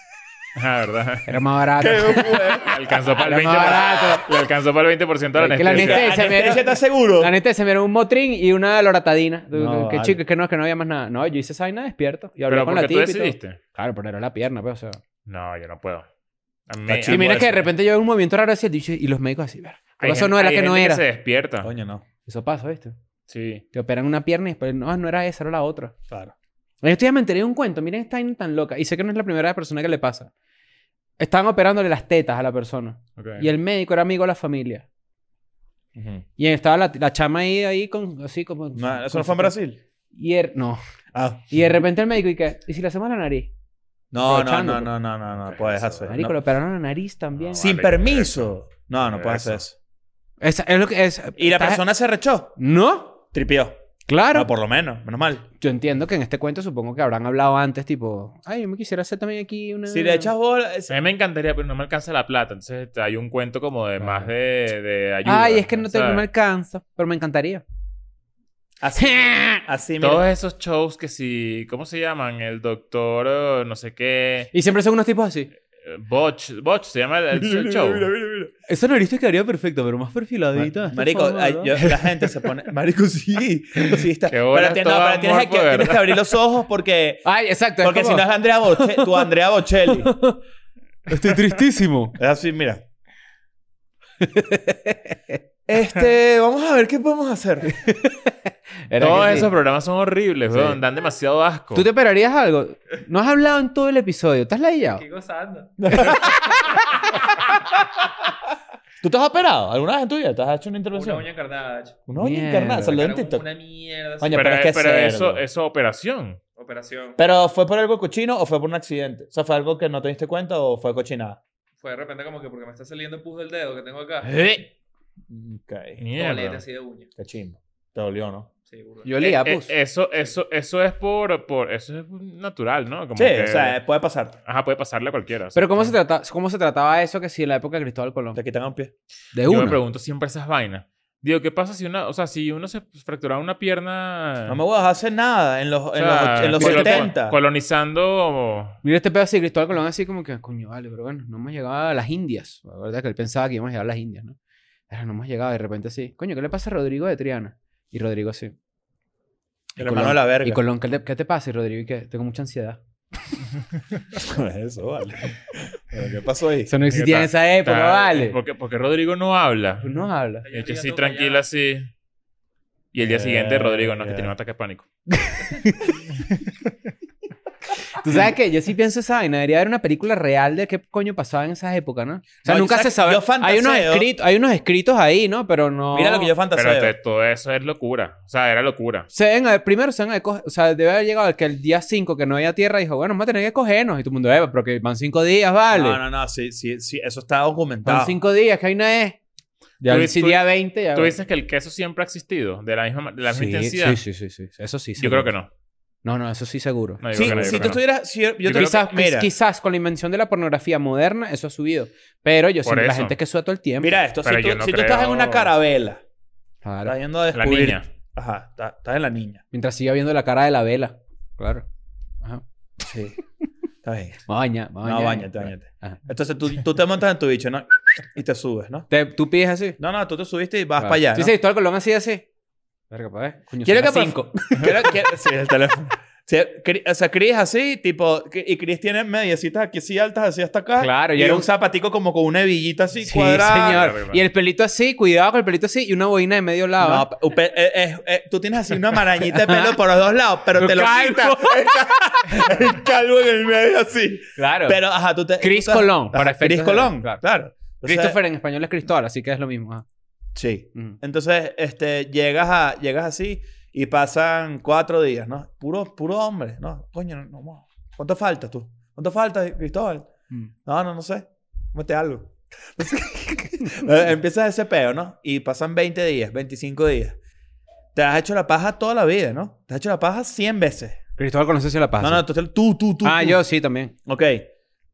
Ah, ¿verdad?
Era más barato.
<laughs> Alcanzó para
Era
el 20%.
más barato.
Le alcanzó para el 20% de la
Que la
anestesia.
anestesia- me-
¿Anestesia está seguro?
La neta, se me era un motrin y una loratadina. Du-
No,
du- que
vale.
chico, es que no, es que no había más nada. No, yo hice esa vaina despierto. Y hablé
Pero
con
porque
la
tú
tipa y todo.
decidiste.
Claro, pero era la pierna, pues, o sea.
No, yo no puedo. A mí
Está
me-
chido.
Y mira que de
eso.
repente yo veo un movimiento raro así dice, y los médicos así, "Verga,
Hay
Eso
gen-
no era
hay
que no
gente
era.
se despierta.
Coño, no.
Eso pasa, ¿viste?
Sí.
Te operan una pierna y después, no, no era esa, era la otra.
Claro.
Yo estoy me enteré de un cuento, miren esta vaina tan loca. Y sé que no es la primera persona que le pasa. Estaban operándole las tetas a la persona.
Okay.
Y el médico era amigo de la familia. Y estaba la, la chama ahí, ahí con, así como...
No, ¿Eso
con
no fue
su-
en Brasil?
Y er- no.
Ah.
Y de repente el médico, ¿y qué? ¿Y si le hacemos la nariz?
No, no,
Aprovechando, pues.
no, no, no, no, no,
¿Qué
puedes
es eso?
hacer.
Marico,
no.
le operaron la nariz también.
Sí.
Sin
Vale,
permiso. No, no puedes hacer eso.
Esa- es lo que es.
Y la
estás-
persona se rechó.
No,
Tripió.
claro.
No, por lo menos, menos mal.
Yo entiendo que en este cuento supongo que habrán hablado antes, tipo, ay, yo me quisiera hacer también aquí una.
Si le echas bola. es-
A mí me encantaría, pero no me alcanza la plata. Entonces hay un cuento como de
Claro.
más de, de ayuda.
Ay, es que no, te, no
¿sabes?
me alcanza, pero me encantaría.
Así,
<laughs>
así mira.
Todos esos shows que si... ¿Cómo se llaman? El doctor eh, no sé qué.
Y siempre son unos tipos así.
eh, Botch. Botch se llama el, el show.
Esa nariz te quedaría perfecta, pero más perfiladita.
Ma- Marico, ay, yo-
<laughs>
la gente se pone. Marico, sí. sí está.
Qué
Pero,
bolas
te- no,
todas
pero tienes, que,
morbo,
tienes que
¿verdad?
abrir los ojos
<laughs>
porque.
Ay, exacto. es
Porque si
como,
no es Andrea Bocelli, tu Andrea Bocelli.
<laughs> Estoy tristísimo.
<laughs> Es así,
<laughs>
mira. Este, vamos a ver qué podemos hacer.
Era
Todos
que sí.
esos programas son horribles,
Sí.
weón. Dan demasiado asco.
¿Tú te operarías algo? No has hablado en todo el episodio. ¿Estás ladillado?
Qué gozando.
¿Tú te has operado alguna vez en tu vida? ¿Te has hecho una
Una
intervención?
uña encarnada. chico.
Una uña
Mierda.
encarnada, salió en
Sacaron
TikTok.
Una mierda.
Coño,
Pero,
pero es que es
pero eso,
cerdo.
eso operación.
Operación.
¿Pero fue por algo cochino o fue por un accidente? O sea, ¿fue algo que no te diste cuenta o fue cochinada?
Fue de repente como que porque me está saliendo pus del dedo que tengo acá.
Ok.
Doblete
Eh, Mierda.
así de uña.
Qué chimbo. Te dolió, ¿no?
Sí, burda.
Yo olía,
Eh, eh,
pues.
eso, eso, eso es por, por. Eso es natural, ¿no? Como
Sí,
que-
o sea, eh, puede pasar.
Ajá, puede pasarle a cualquiera. o sea,
Pero ¿cómo se, trata, ¿cómo se trataba eso que si en la época de Cristóbal Colón?
eh. Te quitan un pie.
De
Yo me
una.
pregunto siempre esas vainas. Digo, ¿qué pasa si una. O sea, si uno se fracturaba una pierna.
No me voy a dejar hacer nada en los,
Ah. o
en
sea,
los, en los
colo-
70.
Colonizando.
Mira este pedo así, Cristóbal Colón así como que, coño, vale, pero bueno, no hemos llegado a las Indias. La verdad que él pensaba que íbamos a llegar a las Indias, ¿no? Pero no hemos llegado, de repente así, coño, ¿qué le pasa a Rodrigo de Triana? Y Rodrigo así.
El
Y
hermano
Colón-
de la verga.
Y Colón, ¿qué, le- qué te pasa? Y Rodrigo, ¿y qué? Tengo mucha ansiedad.
<laughs> Eso, vale. Pero, ¿Qué pasó ahí?
Eso no existía en esa
Eh,
época,
Tal,
vale.
Porque, porque Rodrigo no habla.
Tú no hablas.
Allá
Y que
arriba
sí,
todo
tranquila,
callado.
así. Y el día siguiente,
Yeah,
Rodrigo, no, es
yeah.
que tiene un ataque de pánico.
Tú sabes que yo sí pienso esa vaina. Debería haber una película real de qué coño pasaba en esas épocas, ¿no? O sea,
No,
nunca
yo
se
sé-
sabe.
yo
Hay unos,
fantaseo-
escritos, hay unos escritos ahí, ¿no? Pero no.
Mira lo que yo fantaseo.
Pero te- todo eso es locura. O sea, era locura.
Se deben haber- primero se deben haber coge- o sea, debe haber llegado el que el día 5 que no había tierra dijo, bueno, vamos a tener que cogernos. Y todo el mundo, Eva, pero que van 5 días, vale.
No, no, no, sí, sí, sí, eso está documentado.
Van 5 días, que hay una es. Ya
Tú-
el sí,
tú-
día 20 ya.
Tú dices que el queso siempre ha existido, de la misma, ma- de la misma
sí,
intensidad.
Sí, sí, sí, sí. Eso sí.
Yo creo que no.
No, no, eso sí seguro.
No, yo
Sí,
creo que no,
si
yo creo
tú
que no.
tuvieras. si yo- yo
Yo
te-
creo
quizás,
mira,
quizás con la invención de la pornografía moderna eso ha subido. Pero yo
Por
siempre la
eso.
gente que suda todo el tiempo.
mira esto. Si,
Pero
tú,
yo no
si tú estás en
creo-
una carabela,
Claro.
estás yendo a
La
descubrir.
niña.
Ajá, está- estás en la niña.
Mientras siga viendo la cara de la vela. Claro. Ajá.
<laughs>
Sí. Está bien.
Va a bañar, va a
No,
bañar.
bañate, bañate.
Ajá.
Entonces tú, tú te montas en tu bicho, ¿no? Y te subes, ¿no?
Te- tú pides así.
No, no, tú te subiste y vas
Claro.
para allá.
Tú
¿no?
dices, todo el colón así, así. Verga, pa' ver. Coño,
Quiero
son
que
las
por-
cinco. <laughs>
Quiero- quiero- <laughs> sí, el teléfono. Sí, Cri- o sea, Chris así, tipo, que- y Chris tiene mediecitas aquí así altas, así hasta acá.
Claro,
y
ya
era
era
un
un-
zapatico como con una hebillita así
Sí,
cuadrada.
señor. Y el pelito así, cuidado con el pelito así y una boina de medio lado.
No, pe- pe- eh, eh, eh, tú tienes así una marañita de
<laughs>
pelo por los dos lados, pero
Lo
te lo
calvo.
quitas. El calvo en el medio así.
claro.
Pero, ajá, tú te...
Chris
tú te-
Colón,
ajá,
para
Chris
efectos de-
Colón,
claro.
claro. Entonces,
Christopher en español es Cristóbal, así que es lo mismo. ajá. Mm.
Sí.
Ujú.
Entonces, este, llegas, a, llegas así y pasan cuatro días, ¿no? Puro, puro hombre, ¿no? Coño, no, no, no. ¿cuánto falta tú? ¿Cuánto falta, Cristóbal?
Mm.
No, no, no sé. Mete algo. <laughs> Eh, Empieza ese peo, ¿no? Y pasan 20 días, 25 días. Te has hecho la paja toda la vida, ¿no? Te has hecho la paja 100 veces.
Cristóbal conoce si la pasa.
No, no, tú, te- tú, tú, tú.
ah,
tú.
yo sí también.
Ok.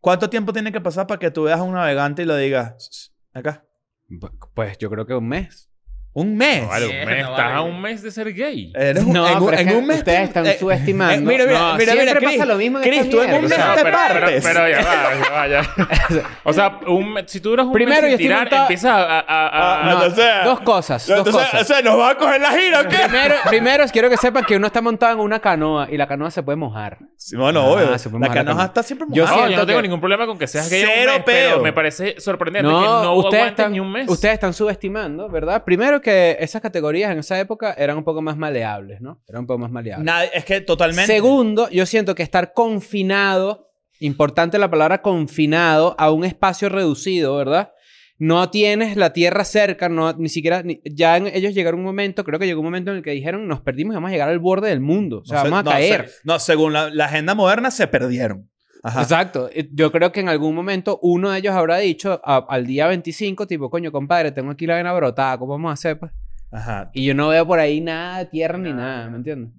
¿Cuánto tiempo tiene que pasar para que tú veas a un navegante y lo digas? "Ss, Acá.
Bu- Pues yo creo que un mes.
Un mes.
No, vale, un
Mierda,
mes. Estás a
vale.
un mes de ser gay.
Eres un- en, un-
pero es
en
que
un mes.
Ustedes están
eh,
subestimando.
eh, mira, mira,
No,
mira,
siempre
mira,
pasa
Chris.
lo mismo en
Chris,
esta
tú en un
mierda.
mes
sea,
te
pero, pero,
partes.
pero ya va, ya va,
<laughs>
ya. O sea, un mes- si tú duras un
Primero
mes
yo estoy
sin tirar,
montado-
empiezas a... a- a- a-
Ah,
No,
o sea,
dos cosas, dos
Entonces,
cosas.
o sea, ¿nos va a coger la gira o qué?
Primero, primero quiero que sepan que uno está montado en una canoa y la canoa se puede mojar.
Sí, bueno,
Ah,
obvio.
se fue
La
mojada la
canoja
cama.
está siempre
Yo
mojada.
No, yo
siento
no tengo
que-
ningún problema con que seas gay
Cero
un mes, pero
peo.
me parece sorprendente
No,
que no
ustedes,
aguantes
están,
ni un mes.
ustedes están subestimando, ¿verdad? Primero que esas categorías en esa época eran un poco más maleables, ¿no? Eran un poco más maleables.
Nadie- es que totalmente.
Segundo, yo siento que estar confinado, importante la palabra confinado, a un espacio reducido, ¿verdad? No tienes la tierra cerca, no, ni siquiera... ni- ya en- ellos llegaron un momento, creo que llegó un momento en el que dijeron, nos perdimos, y vamos a llegar al borde del mundo, o sea,
No sé-
vamos a
no,
caer.
se- no, según la, la agenda moderna se perdieron. Ajá.
Exacto. Eh, Yo creo que en algún momento uno de ellos habrá dicho a- al día 25, tipo, coño, compadre, tengo aquí la vena brotada, ¿cómo vamos a hacer? Pues?
Ajá.
Y yo no veo por ahí nada de tierra ni
Nada.
nada, ¿me entiendes?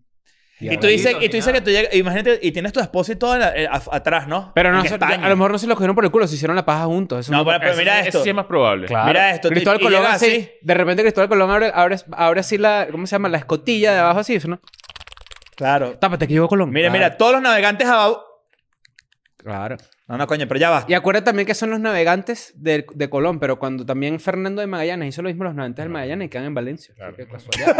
Y
Ni
tú dices, y
abuelitos,
tú
ni
dices que
nada.
tú llegas, imagínate, y tienes tu esposa y todo en la- eh, af- atrás, ¿no?
Pero no,
En
se-
España.
a lo mejor no se lo cogieron por el culo, se hicieron la paja juntos. Eso
No, pero-
Eso-
mira
eso
esto.
sí es más probable.
Claro.
Mira esto, tú-
Cristóbal
y
Colón
llega
así.
así.
De repente Cristóbal Colón abre, abre, abre así la... ¿Cómo se llama? La escotilla de abajo así. eso, ¿no?
Claro.
Tápate que llegó Colón.
Mira,
Claro,
mira, todos los navegantes abajo.
Claro.
No, no, coño, pero ya va.
Y acuérdate también que son los navegantes de, de Colón, pero cuando también Fernando de Magallanes hizo lo mismo, los navegantes del Magallanes y quedan en Valencia. Así
Claro.
que casualidad.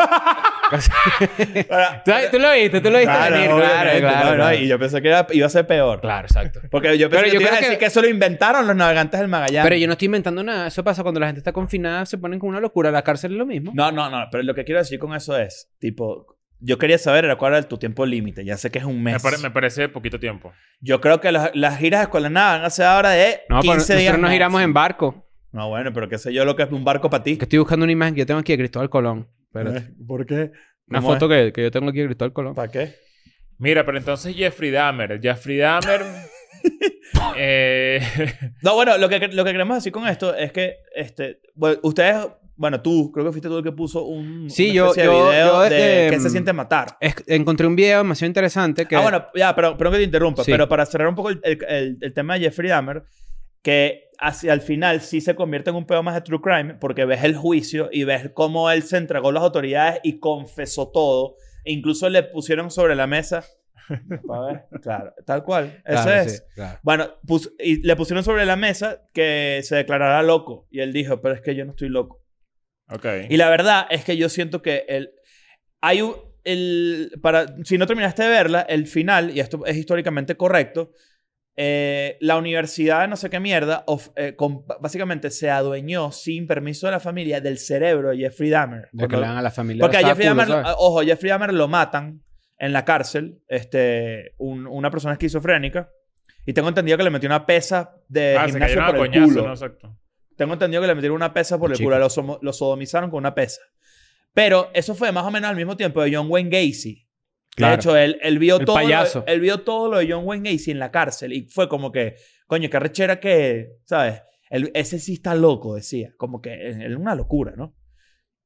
Ahora-
¿Tú, tú lo viste, tú lo viste
Claro,
venir.
obviamente,
Claro,
no,
claro,
no,
claro.
Y yo pensé que era- iba a ser peor.
Claro, exacto.
Porque yo pensé
Pero
que
yo
tú ibas a
creo
decir
que-
que... eso lo inventaron los navegantes del Magallanes.
Pero yo no estoy inventando nada. Eso pasa cuando la gente está confinada, se ponen con una locura. La cárcel es lo mismo.
No, no, no. Pero lo que quiero decir con eso es, tipo, yo quería saber era cuál era tu tiempo límite. Ya sé que es un mes.
Me, pare- me parece poquito tiempo.
Yo creo que las, las giras escolares nada van a ser ahora de
No, pero
15
nosotros
días.
nos
más.
giramos en barco.
No, bueno, pero qué sé yo lo que es un barco para ti.
Que estoy buscando una imagen que yo tengo aquí de Cristóbal Colón. Espérate.
Eh, ¿Por qué?
Una
¿Cómo
foto que, que yo tengo aquí de Cristóbal Colón.
¿Para qué?
Mira, pero entonces Jeffrey Dahmer. Jeffrey
<laughs>
Dahmer... eh, <laughs>
No, bueno, lo que, lo que queremos decir con esto es que este, bueno, ustedes, bueno, tú, creo que fuiste tú el que puso un
Sí,
una
yo-
especie
yo-
de video
yo,
de,
este,
qué se
mm,
siente matar.
Es- encontré un video demasiado interesante que...
Ah, bueno, ya, pero, perdón que te interrumpa,
Sí.
pero para cerrar un poco el, el- el- el tema de Jeffrey Dahmer, que hacia el final sí se convierte en un pedo más de true crime, porque ves el juicio y ves cómo él se entregó a las autoridades y confesó todo. E incluso le pusieron sobre la mesa.
<laughs>
Pa' ver, claro, tal cual. Eso
Claro,
es.
sí, claro.
Bueno, pus- y le pusieron sobre la mesa que se declarara loco. Y él dijo, pero es que yo no estoy loco.
ok.
Y la verdad es que yo siento que el, hay un, el, para, si no terminaste de verla, el final, y esto es históricamente correcto, eh, la universidad de no sé qué mierda, of- eh, con- básicamente se adueñó sin permiso de la familia del cerebro de Jeffrey Dahmer.
De que le dan a la familia.
Porque a
los
Jeffrey
sáculos,
Dahmer,
¿sabes?
ojo, a Jeffrey Dahmer lo matan en la cárcel, este, un- una persona esquizofrénica. Y tengo entendido que le metió una pesa de
Ah, se
gimnasio
cayeron
por
a
el
coñazo,
culo.
¿no? Exacto.
Tengo entendido que le metieron una pesa por el
Chico.
culo. Lo, somo- lo sodomizaron con una pesa. Pero eso fue más o menos al mismo tiempo de John Wayne Gacy.
Claro.
De hecho, él, él vio
El
todo
payaso.
Lo, él vio todo lo de John Wayne Gacy en la cárcel. Y fue como que, coño, qué rechera que, ¿sabes? Él- ese sí está loco, decía. Como que es es una locura, ¿no?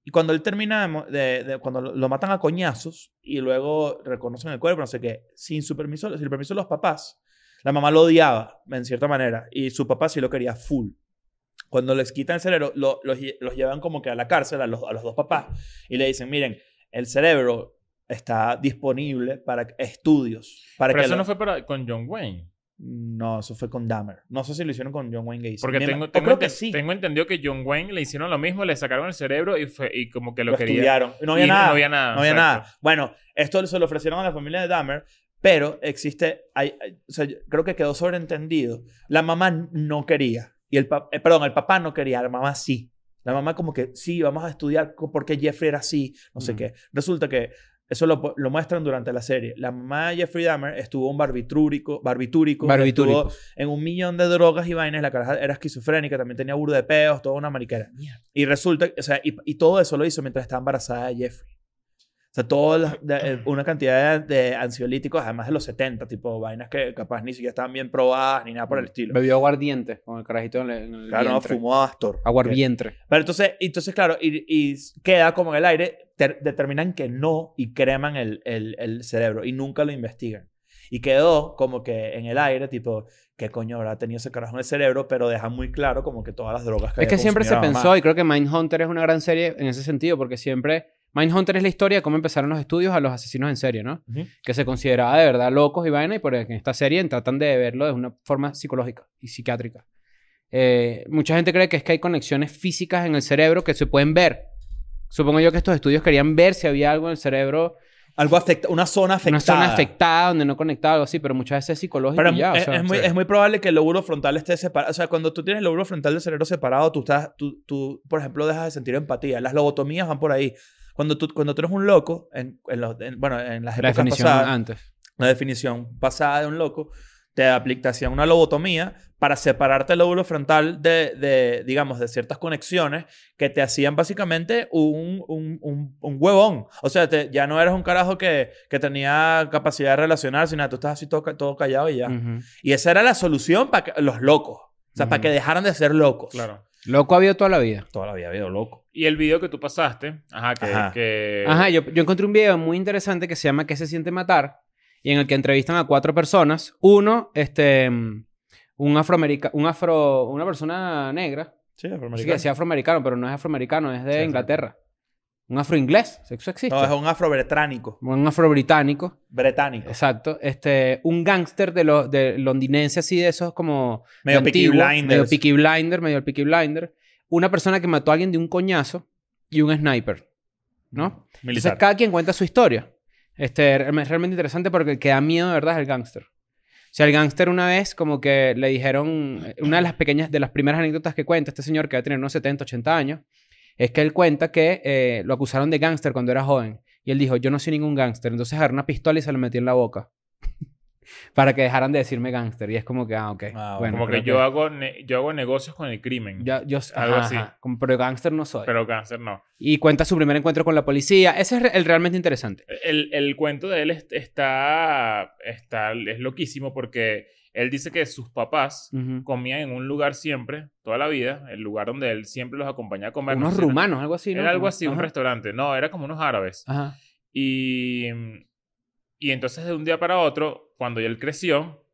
Y cuando él termina, de mo- de- de- cuando lo, lo matan a coñazos y luego reconocen el cuerpo, no sé qué, sin su permiso, sin el permiso de los papás, la mamá lo odiaba, en cierta manera, y su papá sí lo quería full. Cuando les quitan el cerebro, lo- los, lle- los llevan como que a la cárcel, a los, a los dos papás, y le dicen, miren, el cerebro está disponible para estudios. Para
Pero
que
eso
lo-
no fue para, con John Wayne.
No, eso fue con Dahmer. No sé si lo hicieron con John Wayne Gacy.
Porque
Me-
tengo,
o
tengo,
creo que
enten-
sí.
tengo entendido que John Wayne le hicieron lo mismo, le sacaron el cerebro y, fue, y como que lo,
lo
quería.
estudiaron. No había
Y no-
nada.
no había nada,
No había
exacto.
nada. Bueno, esto se lo ofrecieron a la familia de Dahmer, pero existe. Hay, hay- o sea, yo creo que quedó sobreentendido. La mamá no quería. Y el pa- eh, perdón, el papá no quería, la mamá
Mm.
sí. La mamá como que sí, vamos a estudiar co- por qué Jeffrey era así, no sé
Ujú.
qué. Resulta que Eso lo, po- lo muestran durante la serie. La mamá de Jeffrey Dahmer estuvo un barbitúrico, barbitúrico,
Barbitúricos.
estuvo en un millón de drogas y vainas. La caraja era esquizofrénica, también tenía burda de peos, toda una mariquera. Y resulta, o sea, y, y todo eso lo hizo mientras estaba embarazada de Jeffrey. O sea, toda eh, una cantidad de, de ansiolíticos, además de los 70, tipo vainas que capaz ni siquiera estaban bien probadas ni nada ah, por el estilo.
Bebió aguardiente con el carajito en el, en el
Claro, no,
vientre.
fumó Astor.
Aguardiente.
Pero entonces, entonces claro, y, y queda como en el aire, ter- determinan que no y creman el, el, el cerebro y nunca lo investigan. Y quedó como que en el aire, tipo, ¿qué coño habrá tenido ese carajo en el cerebro? Pero deja muy claro como que todas las drogas que
Es
había
que siempre se
consumido la mamá.
pensó, y creo que Mindhunter es una gran serie en ese sentido, porque siempre. Mindhunter es la historia de cómo empezaron los estudios a los asesinos en serie, ¿no?
Ujú.
Que se consideraba de verdad locos y vaina, y por en esta serie tratan de verlo de una forma psicológica y psiquiátrica. Eh, mucha gente cree que es que hay conexiones físicas en el cerebro que se pueden ver. Supongo yo que estos estudios querían ver si había algo en el cerebro,
Algo afecta, una zona afectada.
una zona afectada donde no conectaba, algo así, pero muchas veces es psicológico.
Pero
y
es-
ya, o
es,
sea,
es muy,
sí.
es muy probable que el lóbulo frontal esté separado. O sea, cuando tú tienes el lóbulo frontal del cerebro separado, tú, estás, tú, tú, por ejemplo, dejas de sentir empatía. Las lobotomías van por ahí. Cuando tú, cuando tú eres un loco, en, en los- en- bueno, en las
la
épocas
definición
pasadas,
antes.
la definición pasada de un loco, te apli- te hacían una lobotomía para separarte el lóbulo frontal de, de, digamos, de ciertas conexiones que te hacían básicamente un, un, un, un huevón. O sea, te- ya no eras un carajo que, que tenía capacidad de relacionarse, nada, tú estás así todo, ca- todo callado y ya.
Ujú.
Y esa era la solución para los locos. O sea, para que
Ujú.
dejaran de ser locos.
Claro.
Loco ha habido toda la vida.
Toda la vida había loco.
Y el video que tú pasaste, ajá, que...
Ajá.
que-
Ajá, yo, yo encontré un video muy interesante que se llama ¿Qué se siente matar? Y en el que entrevistan a cuatro personas. Uno, este, mm, un afroamericano, un afro, una persona negra.
Sí,
Sí, que decía afroamericano, pero no es afroamericano, es de
Sí,
Inglaterra. Un afroinglés, eso existe.
No, es un afro-británico.
Un afrobritánico,
Británico.
exacto. Este, un gángster de, lo, de londinense así de esos como... de
Medio Peaky
antiguo,
Blinders.
Medio Peaky Blinder, medio el Peaky Blinder. Una persona que mató a alguien de un coñazo y un sniper, ¿no?
Militar.
Entonces, cada quien cuenta su historia. Este, es realmente interesante porque el que da miedo de verdad es el gángster. O sea, el gángster una vez como que le dijeron, eh, una de las pequeñas, de las primeras anécdotas que cuenta este señor que va a tener unos 70, 80 años, es que él cuenta que eh, lo acusaron de gángster cuando era joven. Y él dijo, yo no soy ningún gángster. Entonces agarró una pistola y se la metió en la boca. <laughs> para que dejaran de decirme gángster. Y es como que, ah, ok.
Ah,
bueno,
Como que
creo
yo, Hago ne- yo hago negocios con el crimen.
Ya, yo,
<laughs> Algo
ajá,
así.
ajá. Como, pero gángster no soy.
Pero cáncer no.
Y cuenta su primer encuentro con la policía. Ese es re- el realmente interesante.
El, el cuento de él es- está, está... Es loquísimo porque él dice que sus papás
Ujú.
comían en un lugar siempre, toda la vida. El lugar donde él siempre los acompañaba a comer.
unos
No sé, era-
rumanos, algo así, ¿no?
Era algo
Como-
así, un
ajá,
restaurante. No, era como unos árabes.
Ajá.
Y, mm, y entonces de un día para otro, cuando él creció,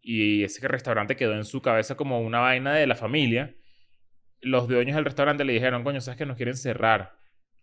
y ese restaurante quedó en su cabeza como una vaina de la familia, los dueños del restaurante le dijeron, coño, ¿sabes que nos quieren cerrar?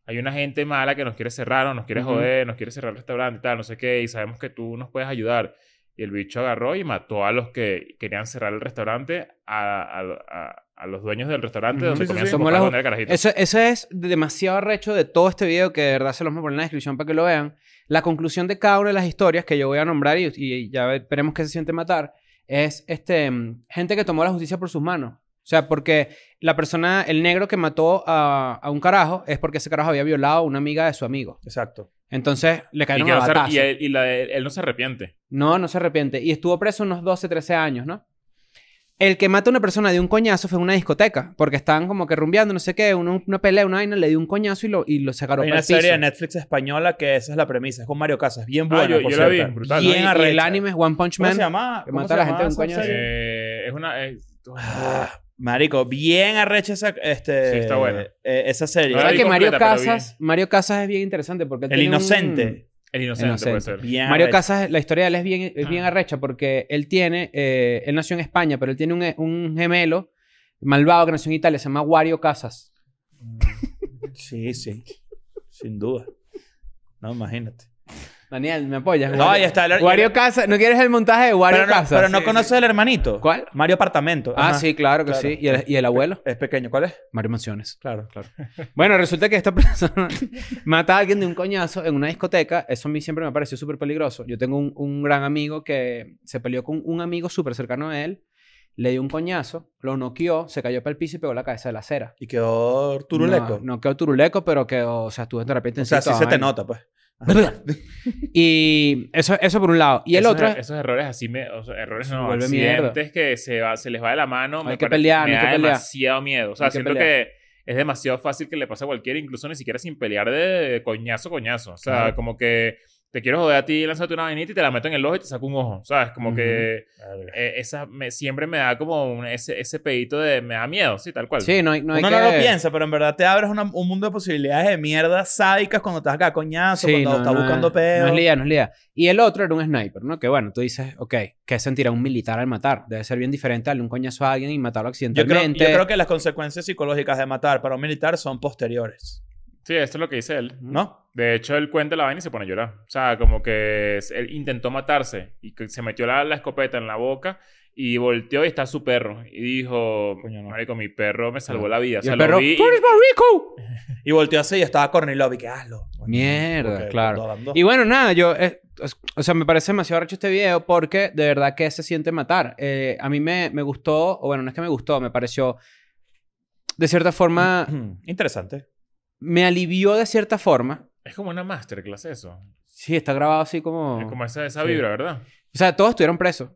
Hay una gente mala que nos quiere cerrar, o nos quiere
Ujú.
joder, nos quiere cerrar el restaurante y tal, no sé qué, y sabemos que tú nos puedes ayudar. Y el bicho agarró y mató a los que querían cerrar el restaurante, a, a- a- a los dueños del restaurante
Ujú.
donde
Sí, sí,
comían
sí.
sus
Somos
papás
las-
cuando era carajito.
Eso, eso es demasiado recho de todo este video que de verdad se los voy a poner en la descripción para que lo vean. La conclusión de cada una de las historias que yo voy a nombrar y, y ya ve- veremos qué se siente matar es este, mm, gente que tomó la justicia por sus manos. O sea, porque la persona, el negro que mató a, a un carajo es porque ese carajo había violado a una amiga de su amigo.
Exacto.
Entonces le
Y,
cayeron
que
a
no se-
batazos.
y él, y la de- él no se arrepiente.
No, no se arrepiente. Y estuvo preso unos 12, 13 años, ¿no? El que mata a una persona de un coñazo fue en una discoteca, porque estaban como que rumbeando, no sé qué, uno- una pelea, una vaina, le dio un coñazo y lo, y lo sacaron
Hay
para
una
el piso.
serie de Netflix española que esa es la premisa. Es con Mario Casas. Bien buena,
Ah, yo,
por
yo la vi.
cierto.
Brutal.
y,
Bien
y el
arrecha.
anime es One Punch
¿Cómo
Man.
se llama?
que
¿Cómo
mata a
se
la gente de un
esa
coño de-
serie?
Eh, es una. eh,
Ah, Marico, bien arrecha esa, este,
Sí, está buena.
eh, esa serie.
No la
¿Sabes
vi
que Mario
completa, pero
Casas, Mario Casas es bien interesante porque él
El
tiene un-
inocente. Ah,
el inocente, puede
Inocente.
ser.
Bien
Mario
arrecha.
Casas, la historia de él es bien, es bien
Ah.
arrecha porque él tiene, eh, él nació en España, pero él tiene un, eh, un gemelo malvado que nació en Italia, se llama Wario Casas.
Sí, sí. Sin duda. No, imagínate.
Daniel, ¿me apoyas?
No, ahí está. el-
Wario Casas, ¿no quieres el montaje de Wario
pero no,
Casas?
pero no
Sí,
conoces al hermanito.
¿Cuál?
Mario Apartamento.
Ah,
Ajá.
sí, claro que
claro.
sí. ¿Y el, y el abuelo?
Es pequeño. ¿Cuál es?
Mario Mansiones.
Claro, claro.
<laughs> Bueno, resulta que esta persona <laughs> mata a alguien de un coñazo en una discoteca. Eso a mí siempre me pareció súper peligroso. Yo tengo un, un gran amigo que se peleó con un amigo súper cercano a él. Le dio un coñazo, lo noqueó, se cayó para el piso y pegó la cabeza de la acera.
Y quedó turuleco.
No, no quedó turuleco, pero quedó, o sea, estuvo en terapia
o sea,
intensiva.
sí se te nota, pues.
<laughs> y eso, eso por un lado. Y el
Esos
otro,
er- Esos errores así me... O sea, errores
Se
no,
vuelve mierda.
accidentes que se, va, se les va de la mano.
Hay que
pare-
pelear,
me
hay que
da
pelear.
demasiado miedo. O sea,
Hay que
siento
pelear.
que es demasiado fácil que le pase a cualquiera, incluso ni siquiera sin pelear de, de coñazo, coñazo. O sea,
Claro.
como que te quiero joder a ti, lánzate una vainita y te la meto en el ojo y te saco un ojo. ¿Sabes? Como
Ujú.
que eh, esa me, siempre me da como un- ese, ese pedito de... Me da miedo, sí, tal cual.
sí, no, hay- no hay
Uno
que...
no lo piensa, pero en verdad te abres una- un mundo de posibilidades de mierdas sádicas cuando estás acá coñazo, cuando estás buscando
es,
pedo.
No es lía, no es lía. Y el otro era un sniper, ¿no? Que bueno, tú dices, ok, ¿qué sentirá un militar al matar? Debe ser bien diferente darle un coñazo a alguien y matarlo
yo, creo,
accidentalmente.
yo creo que las consecuencias psicológicas de matar para un militar son posteriores,
Sí, esto es lo que dice él.
¿no?
De hecho, él cuenta la vaina y se pone a llorar. O sea, como que es- él intentó matarse y que se metió la, la escopeta en la boca y volteó y está su perro. Y dijo,
Coño, no.
marico, mi perro me salvó la vida. O
Ah. Y
sea,
el
lo
perro,
vi y-
"¡Tú eres Marico!".
Y volteó así y estaba Cornilov y que hazlo.
Mierda,
Porque
claro.
todo andó.
Y bueno, nada, yo... eh, o sea, me parece demasiado recho este video porque de verdad que se siente matar. Eh, a mí me, me gustó, o bueno, no es que me gustó, me pareció... De cierta forma,
Ujú. <clears throat> Interesante.
me alivió de cierta forma.
Es como una masterclass eso.
Sí, está grabado así como...
Es como esa, esa
sí.
vibra, ¿verdad?
O sea, todos estuvieron presos.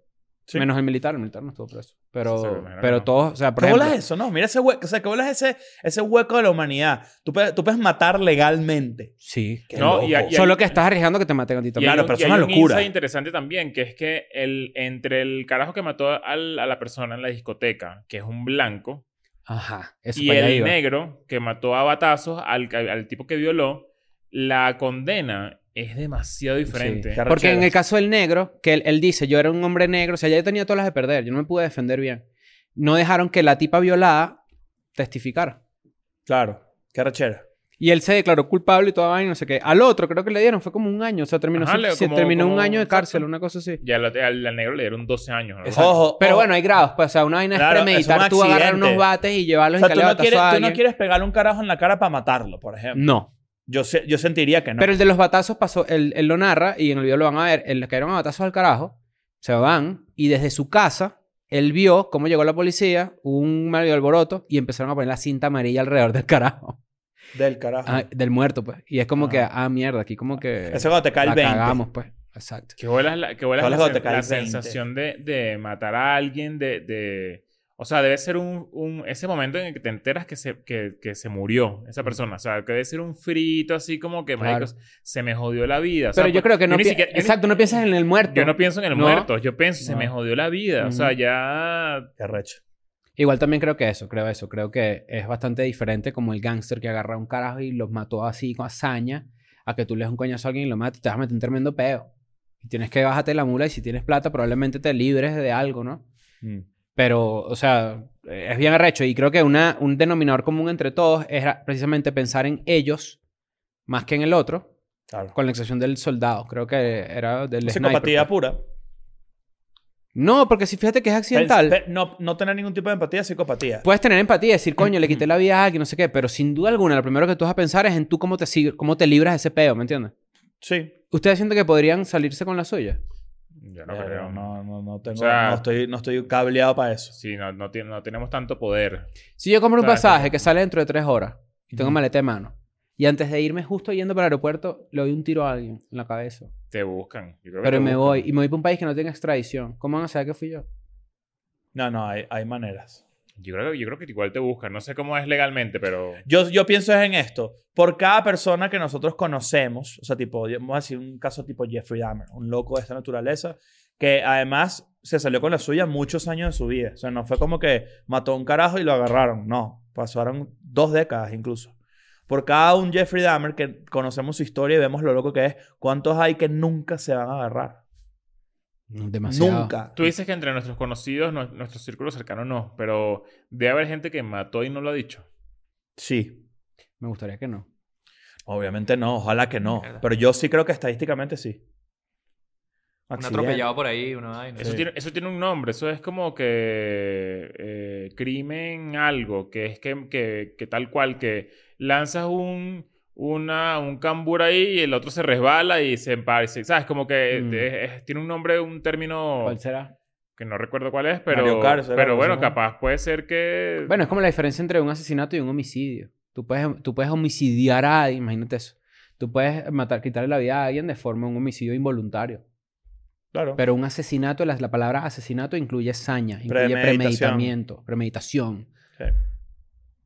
Sí.
Menos el militar, el militar no estuvo preso. Pero,
Sí, sí, me imagino
pero
que no.
todos, o sea, por
¿Qué
ejemplo,
bolas eso? No, mira ese hueco. O sea, ¿qué bolas ese, ese hueco de la humanidad? Tú, puedes- tú puedes matar legalmente.
Sí.
Qué
No, y
loco.
a- y a-
Solo que estás arriesgando que te maten a ti
Y
también.
Claro,
hay un-
pero
y
es
hay
una
un
locura.
insight interesante también, que es que el, entre el carajo que mató al- a la persona en la discoteca, que es un blanco,
Ajá. Eso
y
para allá
el
iba.
negro que mató a batazos al, al, al tipo que violó, la condena es demasiado diferente.
qué arrecho.
Porque en
Arrecheras.
el caso del negro, que él, él dice, yo era un hombre negro, o sea, ya yo tenía todas las de perder, yo no me pude defender bien. No dejaron que la tipa violada testificara.
Claro. Qué rachera.
Y él se declaró culpable y toda vaina, no sé qué. Al otro creo que le dieron, fue como un año, o sea, terminó,
Ajá,
se-
le-
se
como-
terminó un
como-
año de
exacto.
cárcel, una cosa así.
Y al, al- al negro le dieron 12 años. ¿no?
Exacto. Ojo,
Pero
ojo.
bueno, hay grados, pues, o sea, una vaina
Claro,
es
es
premeditar,
un
tú agarrar
accidente.
unos bates y llevarlos
O sea,
en
tú
calidad
no,
de
quieres,
batazo a
tú no
alguien.
quieres pegarle un carajo en la cara para matarlo, por ejemplo.
No.
Yo, se- yo sentiría que no.
Mm. Pero el de los batazos pasó, él, él lo narra y en el video lo van a ver. Él le cayeron a batazos al carajo, se van y desde su casa él vio cómo llegó la policía, hubo un medio alboroto y empezaron a poner la cinta amarilla alrededor del
<laughs>
carajo,
Del carajo.
Ah, del muerto, pues. Y es como
Ajá.
que, ah, mierda, aquí como que
Eso cuando te cae
la
el 20.
cagamos, pues. Exacto.
Que vuelas la, que vuelas
Todas
la,
las
sen-
gotas,
la
caes 20.
sensación de, de matar a alguien, de, de... O sea, debe ser un, un- Ese momento en el que te enteras que se, que, que se murió esa persona. O sea, que debe ser un frito así como que,
Claro.
marico, se me jodió la vida. O sea,
Pero yo
por-
creo que no,
ni
pi-
siquiera- yo ni-
exacto, no piensas en el muerto.
Yo no pienso en el
No.
muerto. Yo pienso, se
No.
me jodió la vida. O sea,
Ujú.
ya...
Qué arrecho.
Igual también creo que eso, creo eso. Creo que es bastante diferente como el gángster que agarra a un carajo y los mató así con hazaña a que tú le des un coñazo a alguien y lo matas y te vas a meter un tremendo peo. Y tienes que bajarte la mula y si tienes plata probablemente te libres de algo, ¿no?
Mm.
Pero, o sea, eh, es bien arrecho. Y creo que una, un denominador común entre todos era precisamente pensar en ellos más que en el otro,
Claro.
con la excepción del soldado. Creo que era del
Psicopatía
sniper. pues.
pura.
No, porque si fíjate que es accidental.
Pe- pe- no, no tener ningún tipo de empatía es psicopatía.
Puedes tener empatía y decir, coño, le quité la vida a alguien, no sé qué, pero sin duda alguna, lo primero que tú vas a pensar es en tú cómo te, sig- cómo te libras de ese peo, ¿me entiendes?
sí.
¿Ustedes sienten que podrían salirse con la suya?
Yo no
Pero
creo.
no, no, no tengo,
O sea-
no, estoy, no estoy cableado para eso.
Sí, no, no, tiene- no tenemos tanto poder.
Si yo compro un
Claro,
pasaje
claro.
que sale dentro de tres horas y tengo
Ujú.
maleta de mano, y antes de irme justo yendo para el aeropuerto, le doy un tiro a alguien en la cabeza,
Te buscan. Yo creo que
pero
te
me
buscan.
voy, y me voy para un país que no tenga extradición, ¿cómo van a saber que fui yo?
No, no, hay, hay maneras.
Yo creo, que- yo creo que igual te buscan. No sé cómo es legalmente, pero...
Yo, yo pienso es en esto. Por cada persona que nosotros conocemos, o sea, tipo, vamos a decir un caso tipo Jeffrey Dahmer, un loco de esta naturaleza, que además se salió con la suya muchos años de su vida. O sea, no fue como que mató a un carajo y lo agarraron. No, pasaron dos décadas incluso. Por cada un Jeffrey Dahmer que conocemos su historia y vemos lo loco que es, ¿cuántos hay que nunca se van a agarrar?
Demasiado.
Nunca.
Tú dices que entre nuestros conocidos, nue- nuestro círculo cercano no, pero debe haber gente que mató y no lo ha dicho.
Sí.
Me gustaría que no.
Obviamente no, ojalá que no. Pero yo sí creo que estadísticamente sí.
Un
Accidente.
atropellado por ahí, una vaina.
Eso,
Sí.
tiene, eso tiene un nombre, eso es como que eh, crimen algo, que es que, que, que tal cual, que lanzas un, una, un cambur ahí y el otro se resbala y se empara. y se- ¿Sabes? Como que eh,
Mm.
es- es- tiene un nombre, un término
¿Cuál será?
que no recuerdo cuál es, pero,
Mario Kart, será,
pero
no sé,
bueno,
¿no?
capaz puede ser que...
Bueno, es como la diferencia entre un asesinato y un homicidio. Tú puedes, tú puedes homicidiar a alguien, imagínate eso. Tú puedes matar, quitarle la vida a alguien de forma un homicidio involuntario.
Claro.
Pero un asesinato, la, la palabra asesinato incluye saña, incluye
Premeditación.
premeditamiento, premeditación.
Sí.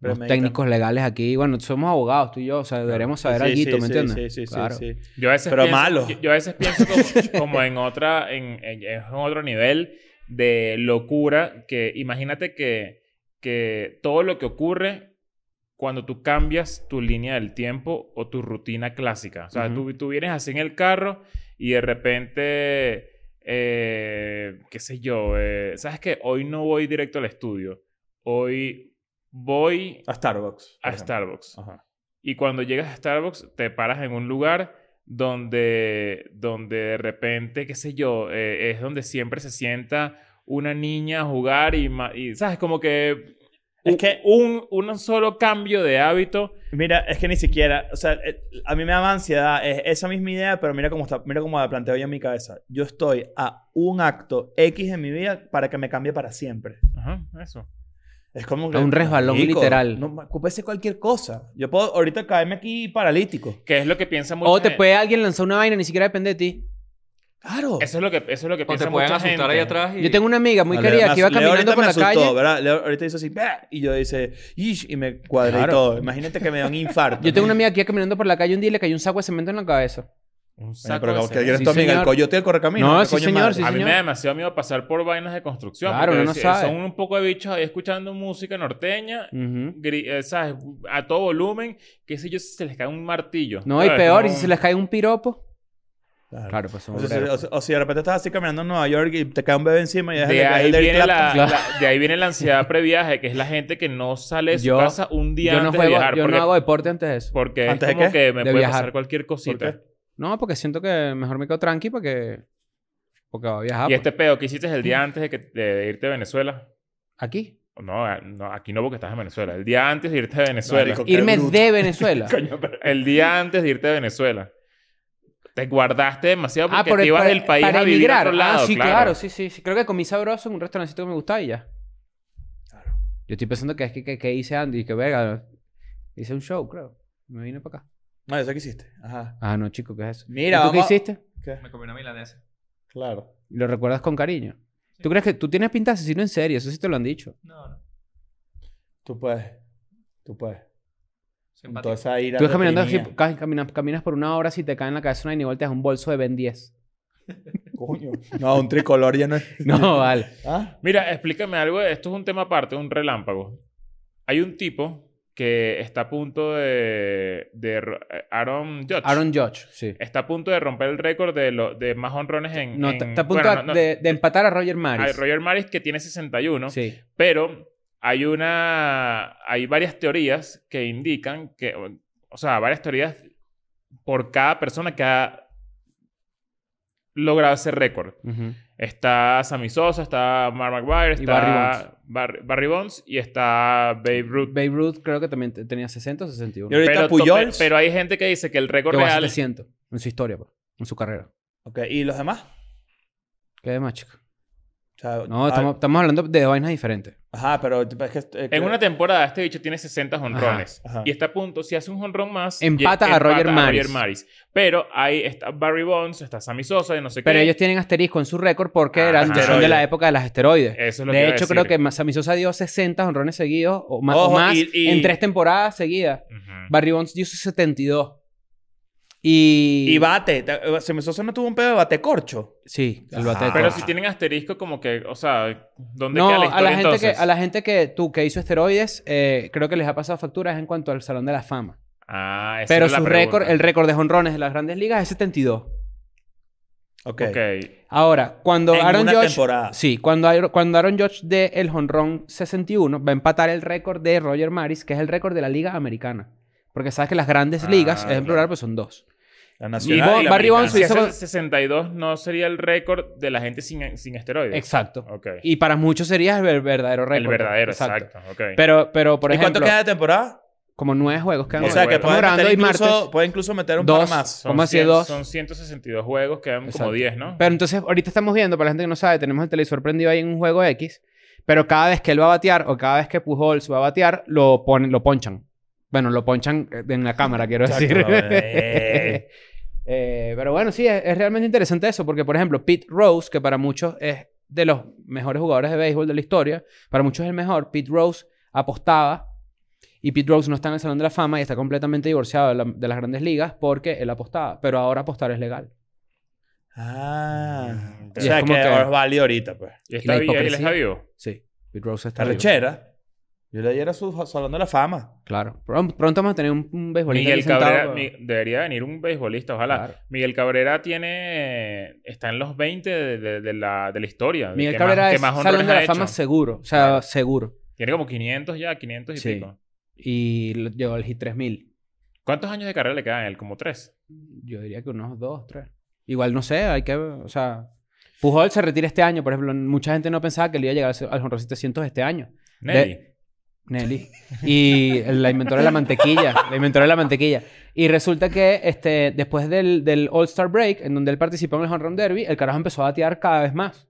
Los
Premedita-
técnicos legales aquí, bueno, somos abogados tú y yo, o sea, deberemos saber
Sí, sí,
alguito, ¿me
sí,
entiendes?
Sí, sí, sí,
Claro.
sí.
Yo a veces
Pero
pienso,
malo.
Yo, yo a veces pienso como, como en otra, en, en- es un otro nivel de locura que imagínate que, que todo lo que ocurre cuando tú cambias tu línea del tiempo o tu rutina clásica. O sea,
Ujú.
tú, tú vienes así en el carro y de repente, eh, qué sé yo, eh, ¿sabes qué? Hoy no voy directo al estudio. Hoy voy
A Starbucks. por
a
ejemplo.
Starbucks.
Ajá.
Y cuando llegas a Starbucks, te paras en un lugar donde, donde de repente, qué sé yo, eh, es donde siempre se sienta una niña a jugar y, ma- y ¿sabes? Como que...
Es
u-
que-
Un, un solo cambio de hábito.
Mira, es que ni siquiera, o sea, eh, a mí me daba ansiedad es esa misma idea, pero mira cómo está, mira cómo la planteo yo en mi cabeza. Yo estoy a un acto X en mi vida para que me cambie para siempre.
Ajá, eso.
Es como
A un resbalón
Marico,
literal.
No, ma- puede ser cualquier cosa. Yo puedo ahorita caerme aquí paralítico.
Que es lo que piensa mucha
O te
gen-
puede alguien lanzar una vaina, ni siquiera depende de ti.
Claro.
Eso es lo que, eso es lo que
O
piensa
te pueden
mucha
asustar
gente.
ahí atrás y...
Yo tengo una amiga muy
No, Leo
querida
me
que iba
as- Leo ahorita
caminando por
me
la
asustó,
calle.
¿verdad? Leo ahorita hizo así, "Bah", y yo dice, "Ish", y me cuadré y
Claro.
todo. Imagínate que me da un infarto.
Yo tengo una amiga que iba caminando por la calle un día y le cayó un saco de cemento en la cabeza.
Un
Bueno,
saco
pero
de
como que
cemento.
eres
Sí,
tu amiga, el
señor.
coyote del correcamino.
No,
¿qué
sí,
coño
señor,
madre?
sí,
A mí me
señor.
da demasiado miedo pasar por vainas de construcción.
Claro,
porque
uno no
si-
sabe.
Son un poco de bichos ahí escuchando música norteña
Ujú.
gri- eh, ¿sabes? A todo volumen, qué sé yo, si se les cae un martillo.
No, y
¿sabes?
peor, y
Como-
si se les cae un piropo.
Claro.
Claro, pues son
O, sea,
obreros.
si- o- o si de repente estás así caminando en Nueva York y te cae un bebé encima y dejas
De
el-
ahí,
el Eric
viene la,
Clapton.
la- de ahí viene
<laughs>
la ansiedad previaje, que es la gente que no sale de su
Yo-
casa un día
Yo no,
antes
juego,
de viajar.
yo
porque,
no hago deporte antes de eso.
porque
¿Antes de
es como
qué?
que me
De
puede
viajar.
pasar cualquier
¿Por
cosita.
No, porque siento que mejor me quedo tranqui porque, porque voy a viajar.
Y
pues.
este pedo que hiciste el día antes de, que, de irte a Venezuela.
Aquí.
No, a- no, aquí no porque estás en Venezuela. El día antes de irte a Venezuela.
Marico. Qué
Irme
bruto.
de Venezuela.
Coño, pero-
el día antes de irte a Venezuela. Te guardaste demasiado porque
ah, por
te
el-
ibas
para-
del país
para
a vivir a
emigrar.
otro lado.
ah, sí, claro. sí, sí, sí. Creo que comí sabroso en un restaurancito que me gustaba y ya. Yo estoy pensando que es que, que, que hice Andy y que verga. Hice un show, creo. Me vine para acá.
No, eso que hiciste. Ajá.
Ah, no, chico, ¿qué es eso?
Mira,
¿Y ¿Tú
vamos-
qué hiciste?
¿Qué?
Me comí una milanesa.
Claro.
Y lo recuerdas con cariño. ¿Tú crees que tú tienes pinta de asesino en serio? Eso sí te lo han dicho.
No, no.
Tú puedes. Tú puedes. Con
Simpático.
toda esa ira.
Tú vas caminando,
reprimida.
así, ca- caminas, caminas por una hora, si te cae en la cabeza una igual te das un bolso de Ben <laughs> 10.
Coño. No, un tricolor ya no es.
<laughs> No, vale.
¿Ah?
Mira, explícame algo. Esto es un tema aparte, un relámpago. Hay un tipo que está a punto de. de ro- eh, Aaron Judge.
Aaron Judge, sí.
Está a punto de romper el récord de, lo- de más honrones en.
No,
en-
está está a punto
bueno,
a-
no, no,
de, de empatar a Roger
a
Maris.
Roger Maris, que tiene 61.
Sí.
Pero hay una. Hay varias teorías que indican que. O sea, varias teorías por cada persona que ha logrado ese récord.
Ujú.
Está Sammy Sosa, está Mark McGuire, está
Y Barry Bonds.
Bar- Barry Bonds y está Babe Ruth.
Babe Ruth creo que también te- tenía 60 o 61.
Y ahorita
Pero, to-
Pujols.
pero hay gente que dice que el récord
Llegó a
real
700 en su historia, pues, en su carrera.
Ok, ¿y los demás? O
¿Qué demás, chico?
sea,
No,
ah,
estamos, estamos hablando de vainas diferentes.
Ajá, pero es que. eh,
en
que-
una temporada este bicho tiene 60 honrones
Ajá, ajá.
y está a punto si hace un honrón más
Empata
ye-
a Roger Maris.
Pero ahí está Barry Bonds, está Sammy Sosa y no sé
Pero
qué.
ellos tienen asterisco en su récord porque
Ah,
eran, son de
esteroides.
la época de las esteroides.
Eso es lo que
De
iba a
hecho,
decir.
creo que Sammy Sosa dio 60 honrones seguidos o, ma- o
Ojo,
más
y- y-
en tres temporadas seguidas.
Ujú.
Barry Bonds dio 72. Y...
Y bate. te- Se me Sosa no tuvo un pedo de bate corcho.
Sí, el
Ajá.
bate de
Pero
corcho.
si tienen asterisco como que, o sea, ¿dónde
No,
queda la
a la,
historia
gente que,
entonces?
a la gente que tú, que hizo esteroides, eh, creo que les ha pasado facturas en cuanto al Salón de la Fama.
Ah, esa
Pero
era la
su récord,
pregunta.
el récord de jonrones de las grandes ligas es 72.
Ok.
Ok.
Ahora, cuando
En
Aaron
una
Judge-
temporada.
Sí, cuando, Aar- cuando Aaron Judge dé el jonrón 61, va a empatar el récord de Roger Maris, que es el récord de la Liga Americana. Porque sabes que las grandes
Ah,
ligas, es en
claro.
plural, pues son dos.
La
Y
nacional.
Bo-
y la
Barry Bonds
americana.
Si
hizo-
hace 62 no sería el récord de la gente sin, sin esteroides.
Exacto.
Ok.
Y para muchos sería el ver- verdadero
el
récord.
verdadero, exacto. ok.
Pero, pero por
¿Y cuánto
ejemplo,
queda de temporada?
como nueve juegos quedan.
O sea, que
Bueno,
puede
estamos
meter,
grabando hoy
incluso,
martes.
puede incluso meter un
Dos.
par más.
son,
¿cómo hacía
100
dos?
son 162 juegos, quedan
Exacto.
como 10, ¿no?
Pero entonces, ahorita estamos viendo, para la gente que no sabe, tenemos el televisor prendido ahí en un juego X, pero cada vez que él va a batear o cada vez que Pujols va a batear, lo, ponen, lo ponchan. Bueno, lo ponchan eh, en la cámara, quiero
Exacto,
decir. <laughs>
eh.
Eh, pero bueno, sí, es, es realmente interesante eso, porque por ejemplo, Pete Rose, que para muchos es de los mejores jugadores de béisbol de la historia, para muchos es el mejor, Pete Rose apostaba y Pete Rose no está en el Salón de la Fama y está completamente divorciado de, la- de las grandes ligas porque él apostaba, pero ahora apostar es legal.
Ah.
Mm.
O
es
sea, que,
como que-
ahora es válido ahorita, pues.
Y
la
está vivo. Él está
hipocresía.
vivo.
Sí, Pete Rose está... vivo.
Arrechera. Yo le diera su salón de la fama.
Claro. Pron- Pronto vamos a tener un, un beisbolista
Miguel
aquí sentado,
Cabrera.
pero-
Mi- debería venir un beisbolista, ojalá.
Claro.
Miguel Cabrera tiene... Está en los 20 de, de- de la, de la historia. de
Miguel
que más-
Cabrera
que
es
más honrones
Salón de
ha
la
hecho.
Fama seguro, o sea,
Claro.
seguro.
Tiene como 500 ya, 500 y
Sí.
pico.
Y lo- llegó el Hit 3000.
¿Cuántos años de carrera le quedan a él? Como tres.
Yo diría que unos dos, tres. Igual no sé, hay que. O sea. Pujol se retira este año, por ejemplo. Mucha gente no pensaba que él iba a llegar al- al Honrón 700 este año.
Nelly.
Nelly. Y la inventora de la mantequilla. La inventora de la mantequilla. Y resulta que este, después del, del All-Star Break, en donde él participó en el Home Run Derby, el carajo empezó a batear cada vez más.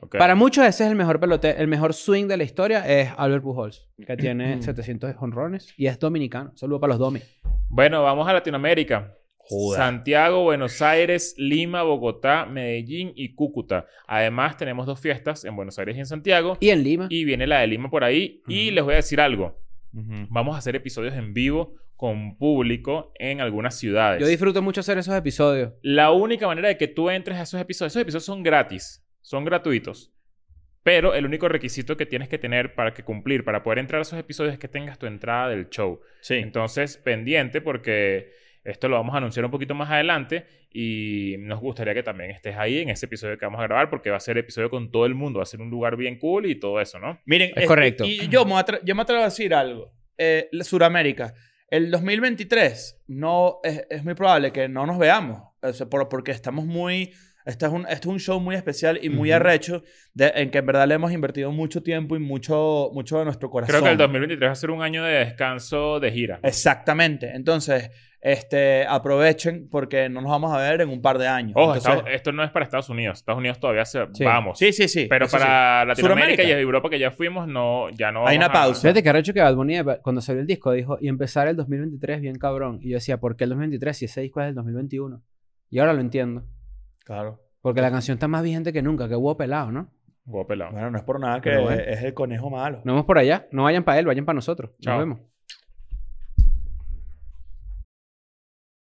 Ok.
Para muchos ese es el mejor pelote, el mejor swing de la historia es Albert Pujols, que tiene 700 honrones y es dominicano. Saludo para los domi.
Bueno, vamos a Latinoamérica.
Joda.
Santiago, Buenos Aires, Lima, Bogotá, Medellín y Cúcuta. Además, tenemos dos fiestas en Buenos Aires y en Santiago.
Y en Lima.
Y viene la de Lima por ahí. Y
Ujú.
les voy a decir algo.
Ujú.
Vamos a hacer episodios en vivo con público en algunas ciudades.
Yo disfruto mucho hacer esos episodios.
La única manera de que tú entres a esos episodios, esos episodios son gratis, son gratuitos. Pero el único requisito que tienes que tener para que cumplir, para poder entrar a esos episodios es que tengas tu entrada del show.
Sí.
Entonces, pendiente porque esto lo vamos a anunciar un poquito más adelante y nos gustaría que también estés ahí en ese episodio que vamos a grabar porque va a ser episodio con todo el mundo, va a ser un lugar bien cool y todo eso, ¿no?
Miren,
Es
eh,
correcto.
Y yo me, atre- yo me atrevo a decir algo. Eh, la Suramérica, el 2023 no, es, es muy probable que no nos veamos, o sea, por- porque estamos muy... Este es, un, este es un show muy especial y muy
Ujú.
arrecho, de- en que en verdad le hemos invertido mucho tiempo y mucho, mucho de nuestro corazón.
Creo que el 2023 va a ser un año de descanso de gira.
Exactamente. Entonces, este, aprovechen porque no nos vamos a ver en un par de años.
Ojo,
Entonces-
Estados- esto no es para Estados Unidos. Estados Unidos todavía se...
Sí.
Vamos.
sí, sí, sí.
Pero
eso
para Latinoamérica
Sudamérica.
y Europa que ya fuimos, no, ya no.
Hay
vamos
una pausa.
Fíjate que arrecho que Bad Bunny, eh, cuando salió el disco, dijo, y empezar el 2023 bien cabrón. Y yo decía, ¿por qué el 2023 si ese disco es del 2021? Y ahora lo entiendo.
sí. Claro.
Porque la canción está más vigente que nunca, que hubo pelado, ¿no?
Guau, pelado.
Bueno, no es por nada que
Pero bueno.
es el conejo malo.
Nos vemos por allá. No vayan para él, vayan para nosotros.
Chao.
Nos vemos.